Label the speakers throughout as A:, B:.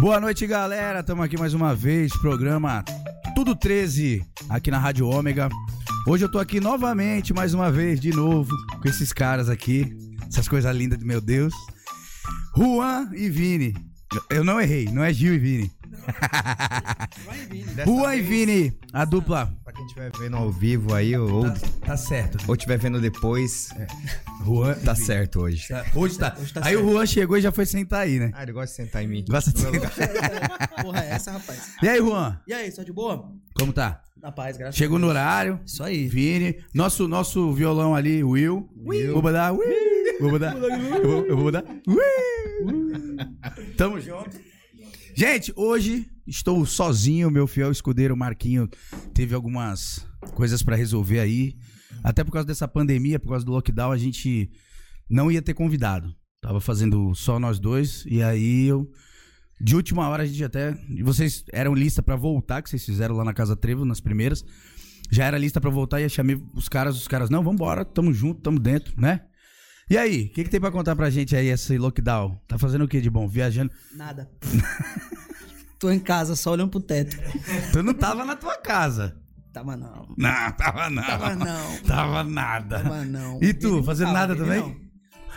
A: Boa noite, galera. Estamos aqui mais uma vez, programa Tudo 13, aqui na Rádio Ômega. Hoje eu tô aqui novamente, mais uma vez, de novo, com esses caras aqui. Essas coisas lindas, meu Deus. Juan e Vini. Eu não errei, não é Gil e Vini. Juan e Vini, a dupla.
B: Pra quem estiver vendo ao vivo aí, ou,
A: Tá, tá certo.
B: ou estiver vendo depois,
A: Juan.
B: tá certo hoje.
A: Tá- Hoje tá. aí o Juan chegou e já foi sentar aí, né?
B: Ah, ele gosta de sentar em mim.
A: Gosta de sentar.
C: Porra, é essa, rapaz?
A: E aí, Juan?
C: E aí, só de boa?
A: Como tá?
C: Na paz, graças
A: Chegou no horário.
C: Isso aí.
A: Vini. Nosso, nosso violão ali, Will. Will. Vou mandar. Will. Vou mandar. Eu vou, eu vou mandar. Will. Tamo junto. Gente, hoje estou sozinho. Meu fiel escudeiro Marquinho teve algumas coisas pra resolver aí. Até por causa dessa pandemia, por causa do lockdown, a gente não ia ter convidado. Tava fazendo só nós dois. E aí eu. De última hora a gente até. e Vocês eram lista pra voltar, que vocês fizeram lá na Casa Trevo, nas primeiras. Já era lista pra voltar e eu chamei os caras, os caras, não, vambora, tamo junto, tamo dentro, né? E aí, o que, que tem pra contar pra gente aí esse lockdown? Tá fazendo o que de bom? Viajando?
C: Nada. Tô em casa, só olhando pro teto.
A: Tu não tava na tua casa.
C: Tava não.
A: Não, tava não.
C: Tava não.
A: Tava nada.
C: Tava não.
A: E tu,
C: Ele não
A: fazendo
C: tava,
A: nada
C: ele
A: também?
C: não.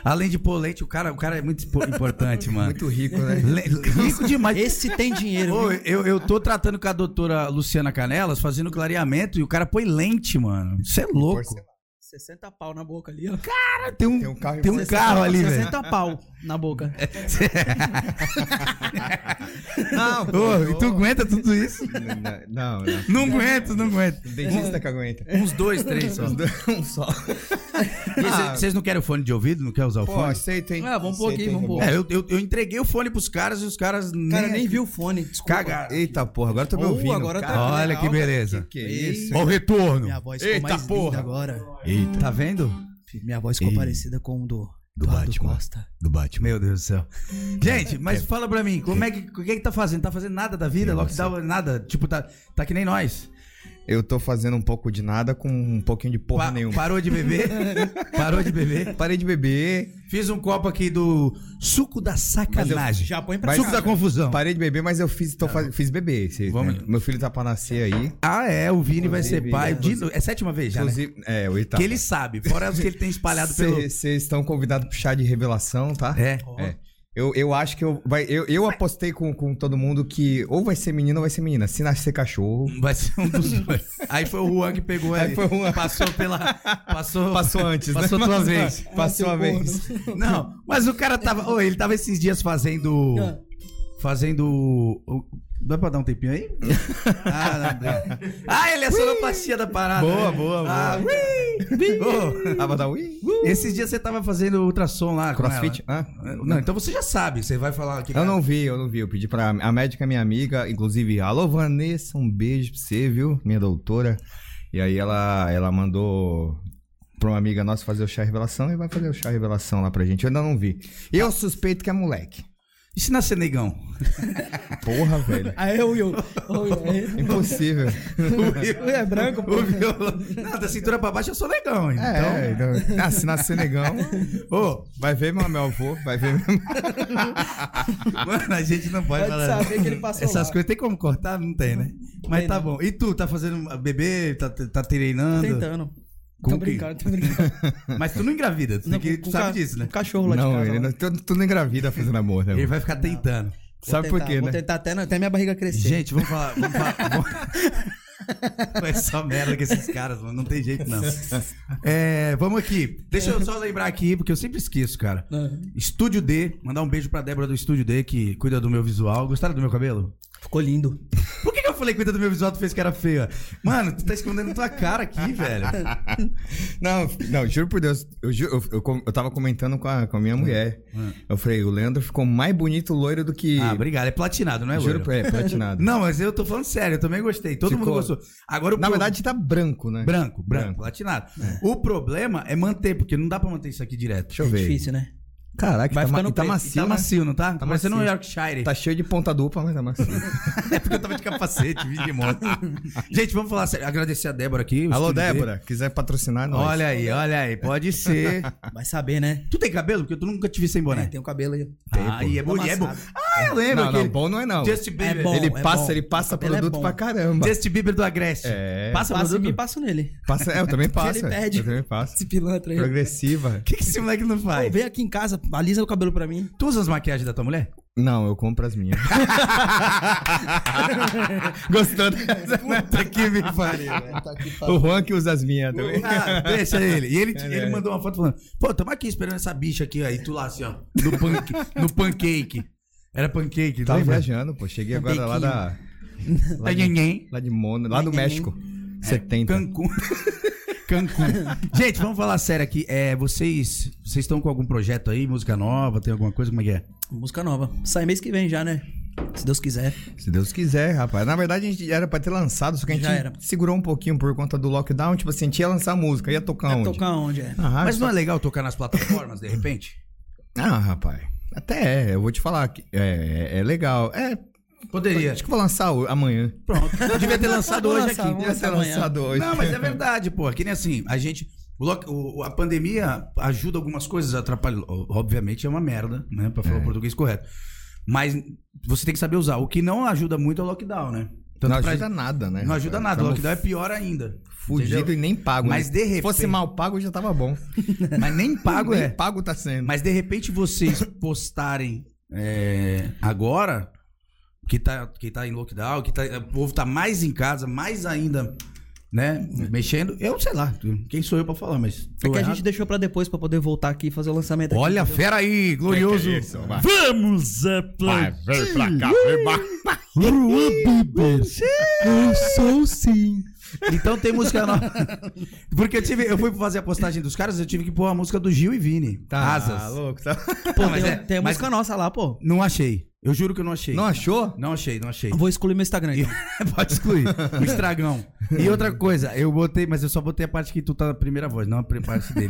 A: Além de pôr leite, o cara, o cara é muito impo- importante, mano.
B: Muito rico, né?
A: Le- Rico demais.
C: Esse tem dinheiro.
A: Ô,
C: viu?
A: eu, eu tô tratando com a doutora Luciana Canelas, fazendo clareamento, e o cara põe lente, mano. Isso é louco.
B: Porcelana.
C: 60 pau na boca ali, ó.
A: Cara, tem um,
B: Tem um carro
A: tem um carro ali, velho. É,
C: 60 pau na boca.
B: Não,
A: Ô, e tu aguenta tudo isso?
B: Não, não.
A: Não aguento, não aguento.
B: O dentista que aguenta.
A: Uns dois, três só.
B: Um só. Ah,
A: Vocês não querem o fone de ouvido? Não quer usar o
B: Pô,
A: fone?
B: aceito, hein?
C: Ah, vamos pôr aqui,
B: Aceito, hein,
C: vamos pôr.
A: É, eu, eu, eu entreguei o fone pros caras e os caras
C: O cara nem
A: viu.
C: viu o fone, desculpa.
B: Caga. Eita porra, agora eu tô me
C: Oh,
B: ouvindo.
C: agora tá-
B: Caralho,
A: Olha que
B: alta.
A: beleza.
B: Que, que é isso?
A: Ó o retorno.
C: Minha voz
A: Eita
C: ficou mais
A: porra.
C: linda agora.
A: Eita. Tá vendo?
C: Minha voz ficou
B: Ei.
C: parecida com o do
B: Do
C: Eduardo
B: Batman.
C: Costa.
B: Do Batman.
A: Meu Deus do céu. Gente, mas fala pra mim, como é que, o que é que tá fazendo? Tá fazendo nada da vida? Lockdown, nada? Tipo, tá, tá que nem nós.
B: Eu tô fazendo um pouco de nada com um pouquinho de porra
A: Pa-
B: nenhuma.
A: Parou de beber? parou de beber?
B: Parei de beber,
A: Fiz um copo aqui do suco da sacanagem.
C: Já põe pra
A: Mas- suco da confusão.
B: parei de beber, mas eu fiz, tô faz- fiz beber. esse-
A: Vamos-
B: né? Meu filho tá pra nascer aí.
A: Ah, é, o Vini vai ser
B: Inclusive,
A: pai.
B: né?
A: De novo. é sétima vez já, né?
B: Inclusive, é, o Itá.
A: Que ele sabe, fora os que ele tem espalhado pelo.
B: Vocês estão convidados pro chá de revelação, tá?
A: É.
B: É. Eu, eu acho que eu, vai, eu, eu apostei com, com todo mundo que ou vai ser menino ou vai ser menina. Se nascer cachorro.
A: Vai ser um dos dois. Aí foi o Juan que pegou
B: Aí
A: ali.
B: foi o Juan.
A: Passou pela. Passou.
B: Passou antes,
A: Passou
B: né?
A: tua
B: Mas-
A: vez.
B: Passou a
C: Vai ser
B: vez.
A: Não, mas o cara tava. Ô, ele tava esses dias fazendo.
C: Ah.
A: Fazendo. o- Dá pra dar um tempinho aí? ah, não, deu. ah, ele é a sonoplastia da parada.
B: Boa, boa,
A: Ah,
B: boa.
A: ui, bi. Ô,
B: Ah, vai dar ui.
A: esses dias você tava fazendo ultrassom lá. com
B: Crossfit? Hã?
A: ela. Não, então você já sabe. Você vai falar aqui.
B: Eu não vi, eu não vi. Eu pedi pra a médica, minha amiga, inclusive, alô Vanessa, um beijo pra você, viu? Minha doutora. E aí ela, ela mandou pra uma amiga nossa fazer o chá revelação e vai fazer o chá revelação lá pra gente. Eu ainda não vi. Eu suspeito que é moleque.
A: E se nascer negão?
B: Porra, velho.
C: Ah, Aí eu e eu. eu e eu.
B: Impossível.
C: Ele é branco, pô.
A: O violão. Não, da cintura pra baixo eu sou negão, então.
B: É, então, ah, se nascer negão,
A: Ô,
B: vai ver meu, meu avô, vai ver meu...
A: mano, a gente não pode,
C: Pode
A: falar.
C: saber que ele passou
A: Essas
C: lá.
A: coisas tem como cortar? Não tem, né? Mas
C: Tem,
A: tá
C: não.
A: bom. E tu, tá fazendo bebê, tá, tá treinando?
C: Tentando.
A: Com
C: Tô
A: o quê?
C: brincando, tô brincando.
A: Mas tu não engravida, tu, tem
C: Não,
A: que,
C: com-
A: tu
C: com
A: sabe
C: ca-
A: disso, né?
C: com cachorro lá de
B: Não,
C: casa.
B: ele
C: lá.
B: não, tu, tu não engravida fazendo amor, né?
A: Ele vai ficar tentando.
C: Vou
B: Sabe por
C: tentar,
B: quê,
C: Vou
B: né?
C: tentar até, na- até minha barriga crescer.
A: Gente, vamos falar. Vamos falar vamos- É só merda com esses caras, mano. Não tem jeito, não. É, vamos aqui. Deixa eu só lembrar aqui, porque eu sempre esqueço, cara.
C: Ah,
A: Estúdio D, mandar um beijo pra Débora do Estúdio D, que cuida do meu visual. Gostaram do meu cabelo?
C: ficou lindo.
A: Por que, que eu falei cuida do meu visual, tu fez que era feia? Mano, tu tá escondendo tua cara aqui, velho.
B: Não, não, juro por Deus. Eu, ju- eu, eu, com- eu tava comentando com a, com a minha mulher. Eu falei, o Leandro ficou mais bonito loiro do que.
A: Ah, obrigado. É platinado, não é,
B: Juro
A: loiro?
B: por é, platinado.
A: Não, mas eu tô falando sério, eu também gostei. Todo
B: Ficou-
A: mundo gostou. Agora o
B: Na
A: pro-
B: verdade, tá branco, né?
A: Branco, branco,
B: Branco.
A: platinado. O problema é manter, porque não dá pra manter isso aqui direto.
B: Deixa eu
C: é
B: ver.
C: difícil, né?
B: Caraca,
A: Vai
B: tá, ma-
A: ficando
B: e tá
A: preto.
B: macio.
A: E tá
B: né?
A: macio, não tá? Tá parecendo um
B: macio.
A: Yorkshire.
B: Tá cheio de ponta dupla, mas tá macio.
A: É porque eu tava de capacete, vim de moto. Gente, vamos falar sério. Agradecer a Débora É aqui. o
B: Alô,
A: estúdio dele.
B: Débora, quiser patrocinar nós.
A: Olha aí, olha aí. Pode ser.
C: Vai saber, né?
A: tu tem cabelo? Porque tu nunca te vi sem
C: É,
A: boné.
C: tem o cabelo aí.
A: Ah, e é bonito. é bom.
C: Amassado.
A: Ah,
B: É, lembra
A: Não,
B: que
A: não,
B: ele- bom não é não.
A: Justin Bieber.
C: É bom.
B: ele passa,
C: bom.
B: ele passa
C: Cabelo é
B: produto
C: bom.
B: pra caramba.
A: Justin Bieber do Agreste.
B: É.
A: Passa
C: Passo em
A: produto?
C: mim, passo nele.
B: Passa, é, eu também passo.
C: Ele perde.
B: Eu também passo.
C: Esse pilantra aí.
B: Progressiva.
A: O que, que esse moleque não
C: Pô,
A: faz?
C: vem aqui em casa, alisa o cabelo pra mim.
A: Tu usa as maquiagens da tua mulher?
B: Não, eu compro as minhas. Gostou dessa? Puta que me pariu.
C: Tá
B: O Juan que usa as minhas também.
A: Ah, deixa ele. E ele, ele mandou uma foto falando: Pô, tamo aqui esperando essa bicha aqui, aí tu lá assim, ó. No, panque, no pancake. Era pancake,
B: Tava
A: lembra?
B: viajando, pô. Cheguei agora lá da. Lá
A: Tá
B: de,
A: nhenhen.
B: lá de Mônaco, lá do México.
A: né? É,
B: 70.
A: Cancún. Cancún. Gente, vamos falar sério aqui. É, vocês vocês estão com algum projeto aí, música nova, tem alguma coisa? Como é que é?
C: Música nova. Sai mês que vem já, né? Se Deus quiser.
B: Se Deus quiser, rapaz. Na verdade, a gente era pra ter lançado, só que a gente
C: Já era.
B: segurou um pouquinho por conta do lockdown. Tipo assim, a gente ia lançar música, ia tocar
C: Vai
B: onde?
C: tocar onde é?
B: Ah,
A: Mas não é legal tocar nas plataformas, de repente?
B: Ah, rapaz. Até é, eu vou te falar que é, é, é legal. É,
A: Poderia.
B: acho que vou lançar o- amanhã.
C: Pronto.
A: Devia ter lançado hoje
C: lançar,
A: aqui.
C: vamos
B: Ia ser
C: lançar amanhã.
B: lançado hoje.
A: Não, mas é verdade, pô. Que nem assim, a gente. o lock- o- a pandemia ajuda algumas coisas, atrapalha. o- Obviamente é uma merda, né? Pra falar o português correto. Mas você tem que saber usar. O que não ajuda muito é o lockdown, né? Tanto
B: não
A: pra-
B: ajuda nada, né?
A: Não ajuda nada. O lockdown é pior ainda.
B: Fugido
A: entendeu?
B: e nem pago.
A: Mas
B: né?
A: de
B: Se fosse
A: repente-
B: mal pago, já tava bom.
A: Mas nem pago
B: nem
A: é.
B: pago tá sendo.
A: Mas de repente vocês postarem é, agora, que tá, que tá em lockdown, que tá, o povo tá mais em casa, mais ainda, né? Mexendo. Eu sei lá, quem sou eu pra falar, mas.
C: É
A: tô
C: que a
A: errado.
C: gente deixou pra depois, pra poder voltar aqui e fazer o lançamento. aqui.
A: Olha a fera aí, glorioso.
B: Que que é isso? Vai.
A: Vamos
B: Vai,
A: aplaudir.
B: vem pra cá, vem pra cá.
A: Luan Bibas. Eu sou sim. Então tem música nova. Porque eu, tive, eu fui fazer a postagem dos caras, eu tive que pôr a música do Gil e Vini.
B: Tá
A: Asas.
B: louco. tá-
C: Pô,
A: Não, mas
C: tem,
A: é-
C: tem a
A: mas-
C: música nossa lá, pô.
A: Não achei. Eu juro que eu não achei.
B: Não achou?
A: Não achei, não achei.
C: Vou excluir meu Instagram. então.
A: Pode excluir. O estragão. E outra coisa, eu botei, mas eu só botei a parte que tu tá na primeira voz, não a pri- parte dele.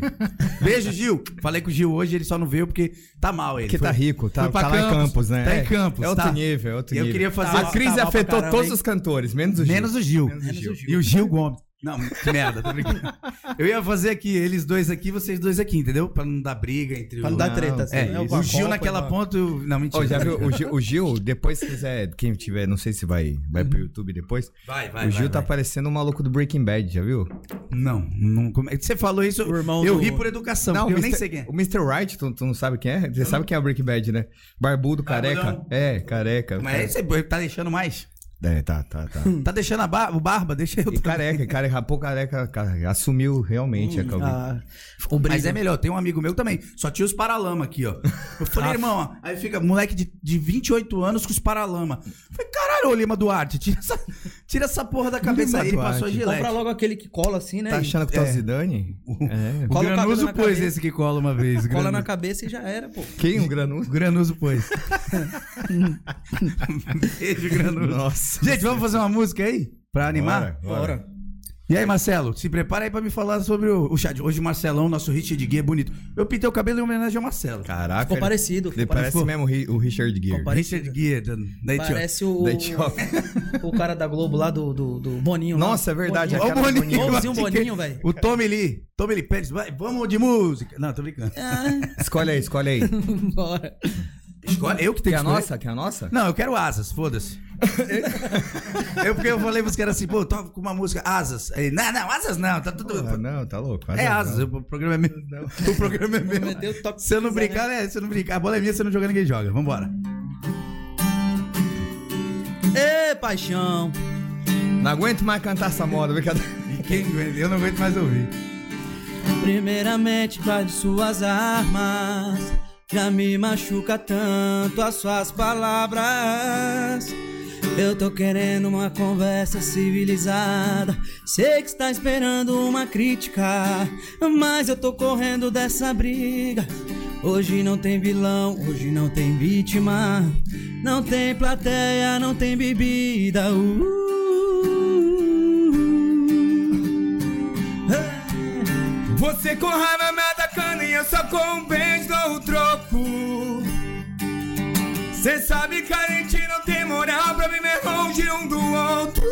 A: Beijo, Gil. Falei com o Gil hoje, ele só não veio porque tá mal ele.
B: Porque
A: Foi-
B: tá rico, tá,
A: foi pra
B: tá lá em Campos, né?
A: Tá
B: É,
A: em Campos,
B: É outro
A: tá.
B: nível, é outro
A: Eu
B: nível.
A: queria fazer...
B: A crise
C: tá mal pra
B: afetou
C: caramba,
B: todos
C: hein?
B: os cantores, menos o Gil.
A: Menos o Gil.
C: o Gil.
A: E o Gil Gomes. Não, que merda, tô brincando. Eu ia fazer aqui, eles dois aqui, vocês dois aqui, entendeu? Pra não dar briga entre
C: Pra
A: o...
C: não dar treta.
A: É,
C: assim, né?
A: o
C: Com a
A: Gil
C: Copa,
A: naquela né?
C: mano.
A: ponta... eu- Não, mentira.
B: Ó, já viu, o, Gil, o Gil, depois se quiser, quem tiver, não sei se vai, vai pro YouTube depois.
A: Vai, Uhum. vai,
B: o Gil
A: vai,
B: tá
A: vai.
B: parecendo o maluco do Breaking Bad, já viu?
A: Não, não... como é que Você falou isso,
C: O irmão
A: eu
C: do-
A: ri por educação, porque eu
B: o
A: nem
B: Mr.
A: sei quem é.
B: Então, O Mr. Wright, tu, tu não sabe quem é? Você sabe quem é o Breaking Bad, né? Barbudo, careca.
A: Barbudão.
B: É, careca.
A: Mas aí você tá deixando mais.
B: É, tá, tá, tá.
A: Tá deixando a bar- o barba, deixa eu.
B: E careca, cara, rapou careca, cara, assumiu realmente a calvície.
C: Ah, o
A: Mas
C: Brisa.
A: é melhor, tem um amigo meu também, só tinha os paralama aqui, ó. Eu falei, irmão, ó, aí fica moleque de, de 28 anos com os paralama. Eu falei, caralho, ô Lima Duarte, tira essa, tira essa porra da cabeça
B: Lima
A: aí, ele passou a
B: Duarte.
A: gilete.
C: Compra logo aquele que cola assim, né?
B: Tá
C: E
B: achando que tu é o Zidane? É.
A: O
C: Cola o
A: Granuso
C: cabelo na
A: pôs
C: cabeça.
A: esse que cola uma vez.
C: Cola
A: Granuso.
C: na cabeça e já era, pô.
B: Quem? O Granuso?
A: O Granuso pôs. Beijo, Granuso.
B: Nossa.
A: Gente, vamos fazer uma música aí? Pra animar?
B: Bora, bora.
C: Bora.
A: E aí, Marcelo, se prepara aí pra me falar sobre o, o chá de hoje. O Marcelão, nosso hit de guia bonito. Eu pintei o cabelo em homenagem ao Marcelo.
B: Caraca.
C: Ficou
B: ele-
C: parecido,
B: Ele
C: ficou
B: parece
C: parecido.
B: mesmo o Ri- o Richard Gere. tipo,
C: Ficou parecido.
A: Richard Guia, da, da Etiópia.
C: Parece o,
B: Da Etiópia.
C: o cara da Globo lá do, do, do Boninho. lá.
B: Nossa, é verdade,
A: Ó o
C: Boninho.
B: aquela
A: Boninho.
B: Boninho.
C: Igualzinho o Boninho, velho.
A: O Tommy Lee. Tommy Lee Pérez. Vai, vamos de música. Não, tô brincando.
C: É.
B: Escolhe aí, escolhe aí.
C: Bora.
A: Escolhe, eu que
B: Quer
A: tenho
B: a
A: escolher.
B: nossa? Quer a nossa?
A: Não, eu quero asas, foda-se. eu porque eu falei pros caras assim, pô, toca com uma música, asas. Aí, não, não, asas não, tá tudo.
B: Ah, não, tá louco.
A: é asas, o programa é meu. O programa é meu.
C: Meteu o toque
A: Se eu não
C: quiser,
A: brincar, né? Se eu não brincar, a bola é minha, se eu não jogar, ninguém joga. Vambora.
C: Ê, paixão.
B: Não aguento mais cantar essa moda, brincadeira.
A: E quem aguenta? Eu não aguento mais ouvir.
C: Primeiramente vai de suas armas Já me machuca tanto as suas palavras Eu tô querendo uma conversa civilizada Sei que está esperando uma crítica Mas eu tô correndo dessa briga Hoje não tem vilão, hoje não tem vítima Não tem plateia, não tem bebida uh,
B: Você com raiva me atacando e eu só com um beijo dou o troco. Cê sabe que a gente não tem moral pra viver longe um do outro.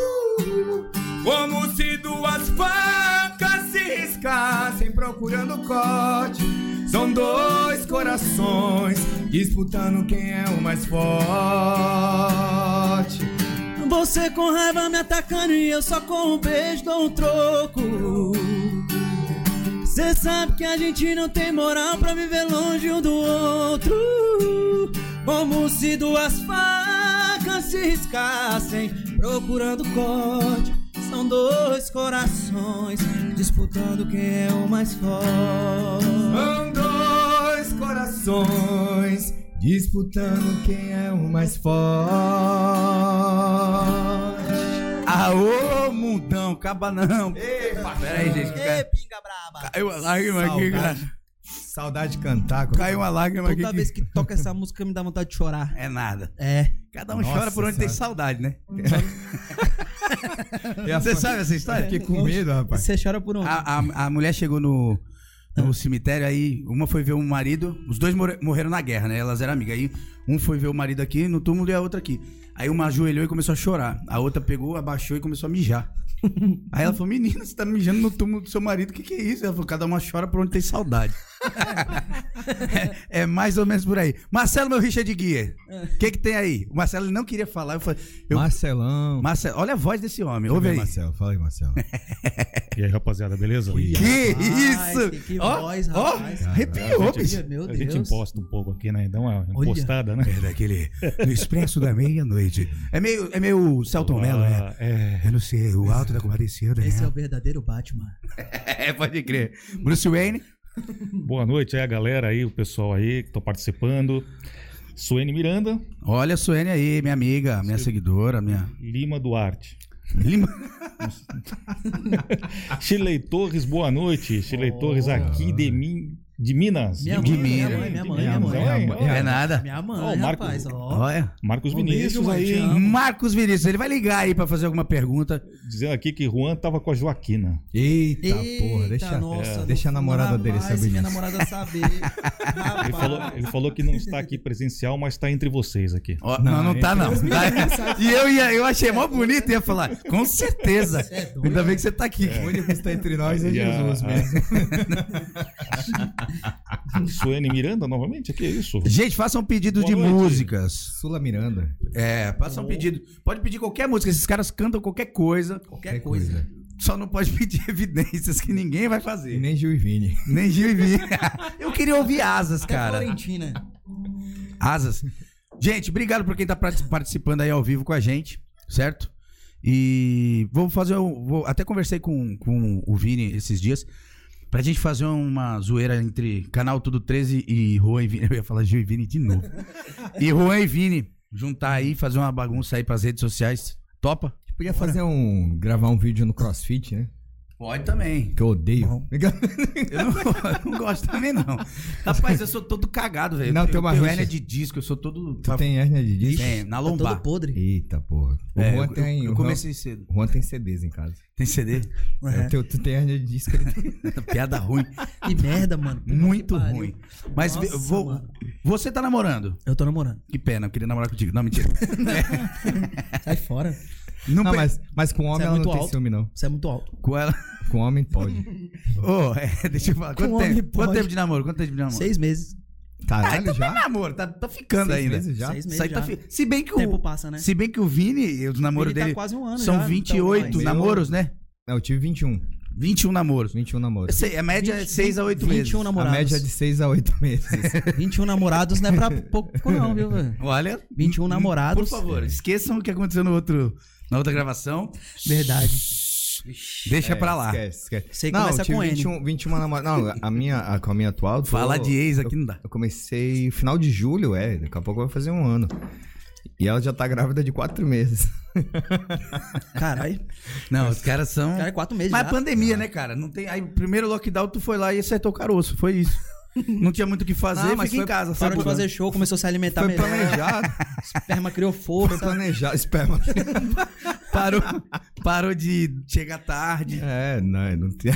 B: Como se duas facas se riscassem procurando corte. São dois corações. gerações disputando quem é o mais forte.
C: Você com raiva me atacando e eu só com um beijo dou um troco. Cê sabe que a gente não tem moral pra viver longe um do outro. Como se duas facas se riscassem procurando corte. São dois corações disputando quem é o mais forte.
B: São dois corações disputando quem é o mais forte.
A: Aô, mundão, cabanão. Peraí, gente. que
C: Ei,
A: cai-
C: pinga braba!
A: Caiu uma lágrima aqui,
B: Saudade.
A: cara.
B: Saudade de cantar.
A: Caiu uma lágrima aqui.
C: Toda vez que toca essa música me dá vontade de chorar.
A: É nada.
C: É.
A: Cada um
B: Nossa
A: chora por onde tem saudade, né?
B: É
A: Você sabe essa história?
B: Fiquei com medo, rapaz.
C: Você chora por onde?
A: A, a, a mulher chegou no,
B: Ah.
A: no cemitério, aí uma foi ver o marido. Os dois more- morreram na guerra, né? Elas eram amigas. Aí um foi ver o marido aqui no túmulo e a outra aqui. Aí uma ajoelhou e começou a chorar. A outra pegou, abaixou e começou a mijar. Aí ela falou: Menina, você tá mijando no túmulo do seu marido, o que, que é isso? Ela falou: Cada uma chora por onde tem saudade. é, é mais ou menos por aí. Marcelo, meu Richard Guia,
B: É.
A: o que, que tem aí? O Marcelo ele não queria falar. Eu falei: eu,
B: Marcelão.
A: Marcelo, olha a voz desse homem, ouve
B: Vem,
A: aí.
B: Marcelo, fala aí, Marcelo.
D: E aí, rapaziada, beleza?
A: Que
C: Rapaz,
A: isso!
C: que
A: Ó,
C: voz,
A: ó,
C: rapaz.
A: arrepiou,
D: a
A: bicho.
D: gente,
C: Meu
D: a gente
C: Deus.
D: imposta um pouco aqui, né? Dá uma
C: Olha.
D: impostada, né?
A: É daquele. No expresso da meia-noite. É meio, é meio Celton Mello, né?
D: Ah, é.
A: Eu não sei, o alto da compadecida, né?
C: Esse é o verdadeiro Batman.
A: É, pode crer. Bruce Wayne.
D: Boa noite aí, a galera aí, o pessoal aí que tá participando. Suene Miranda,
A: Olha a Suene aí, minha amiga, minha seguidora, minha.
D: Lima Duarte.
A: Lima.
D: Shirley Torres, boa noite. Shirley Torres aqui de, Min- de Minas.
C: Minha
D: de
C: mãe,
D: Minas.
C: minha mãe, minha mãe, minha mãe.
D: Olha,
B: Minha
D: olha.
A: É nada.
C: Minha mãe,
D: Ó, o Marco-
C: Tá rapaz, ó.
A: Olha.
D: Marcos
C: Um beijo,
D: Vinícius aí,
C: Marcão.
A: Marcos Vinícius, ele vai ligar aí pra fazer alguma pergunta.
D: dizendo aqui que Juan tava com a Joaquina.
B: Eita,
C: Eita,
B: porra, deixa, é,
C: nossa,
B: deixa a
C: não-
B: namorada dele
C: rapaz,
B: saber
C: Minha
B: disso.
C: namorada saber.
D: Ele falou,
C: Rapaz.
D: ele falou que não está aqui presencial, mas está entre vocês aqui.
A: Ó, não, não tá, não. Tá- E eu, ia, eu achei mó bonito e ia falar, com certeza.
C: Cê é doido.
A: Ainda bem que você tá aqui.
B: O único que está entre nós é
D: E a-
B: Jesus
D: a-
B: mesmo.
D: Suene Miranda novamente? Que é isso?
A: Gente, façam pedido
D: Boa
A: de
D: noite.
A: músicas.
B: Sula Miranda.
A: É, faça um pedido. Pode pedir qualquer música, esses caras cantam qualquer coisa.
C: Qualquer coisa.
A: Só não pode pedir evidências que ninguém vai
B: E
A: fazer.
B: nem Gil e Vini.
A: Nem Gil e Vi. Eu queria ouvir asas,
C: Até
A: cara.
C: Florentina. Tá
A: Asas. Gente, obrigado por quem tá parti- participando aí ao vivo com a gente, certo? E vou fazer. um- Vou, até conversei com, com o Vini esses dias. Pra gente fazer uma zoeira entre Canal Tudo 13 e Juan e Vini. Eu ia falar Gil e Vini de novo. e Juan e Vini juntar aí, fazer uma bagunça aí pras redes sociais. Topa?
B: Podia fazer um. gravar um vídeo no CrossFit, né?
A: Pode também.
B: Que eu odeio.
A: Bom. Eu não, eu não gosto também, não. Rapaz, eu sou todo cagado, velho.
B: Não,
A: eu
B: tem uma
A: tenho
B: rixa.
A: hérnia de disco, eu sou todo. Tá
B: Tu tem hérnia de disco?
A: É, na
C: Tá
A: lombar.
C: todo podre.
B: Eita, porra. O
A: É,
B: Juan
A: eu,
B: tem. um
A: eu
B: o
A: comecei cedo.
B: Juan, Juan tem CDs em casa.
A: Tem CD?
B: É, o teu- tu tem hérnia de disco. ele tem.
A: Piada ruim.
C: Que merda, mano. Puta
A: Muito
C: que pariu.
A: ruim. Mas
C: Nossa,
A: eu vou-
C: mano.
A: você tá namorando.
C: Eu tô namorando.
A: Que pena, eu queria namorar contigo. Não, mentira.
C: Sai fora.
A: Não,
B: Não,
A: pe-
B: mas, mas com
C: Você
B: homem
C: é
B: ela não
C: muito
B: tem
C: alto.
B: ciúme, não.
C: Você é muito alto.
A: Com ela.
B: Com homem
A: Ah,
B: pode.
A: Ô, é, deixa eu falar.
C: Com
A: Quanto
C: homem
A: tempo, quanto
C: pode.
A: tempo de namoro? Quanto tempo de namoro?
C: Seis meses.
A: Ah, então
B: Caralho,
A: já?
B: já?
A: namoro, tá, tá ficando
B: Seis
A: ainda.
B: meses já?
C: Seis meses
A: Isso aí tá
C: já.
A: fi- Se bem que o.
C: Tempo passa, né?
A: Se bem que o Vini, o namoro
C: Ele tá
A: dele.
C: quase um ano
A: são
C: já, então,
A: 28
C: vai.
A: namoros, né?
B: Não, eu tive 21.
A: 21 namoros.
B: 21
A: Eu
B: namoros.
A: sei, a média é
C: 20,
A: 6 a 8
C: 21
A: meses.
B: A
C: namorados.
B: média é de 6 a 8 meses.
C: 21 namorados não é pra pouco, não, viu, velho?
A: Olha.
C: 21
A: hum,
C: namorados.
A: Por favor, esqueçam o que aconteceu no outro, na outra gravação.
C: Verdade.
A: Deixa pra lá.
B: Esquece, esquece.
C: Sei que começa
B: eu tive
C: com N.
B: 21, namorados. Não, a minha, a, com a minha atual. tô-
A: Falar de ex aqui não dá.
B: Eu comecei final de julho, é. Daqui a pouco vai fazer um ano. E ela já tá grávida de quatro meses.
C: Caralho.
A: Não, os caras são.
C: Cara, é quatro meses
A: Mas
C: já.
A: pandemia, né, cara? Não tem. Aí, primeiro lockdown, tu foi lá e acertou o caroço. Foi isso. Não tinha muito o que fazer,
B: Não, mas
A: fica em
B: foi-
A: casa.
C: Ah, Parou de
A: sabe?
C: fazer show, começou a se
A: Tá
C: alimentar
B: Foi
C: melhor.
B: planejado.
C: Esperma criou
B: Foi
C: força.
B: planejado. Esperma.
A: Parou, parou de chegar tarde.
B: É, não, não tem.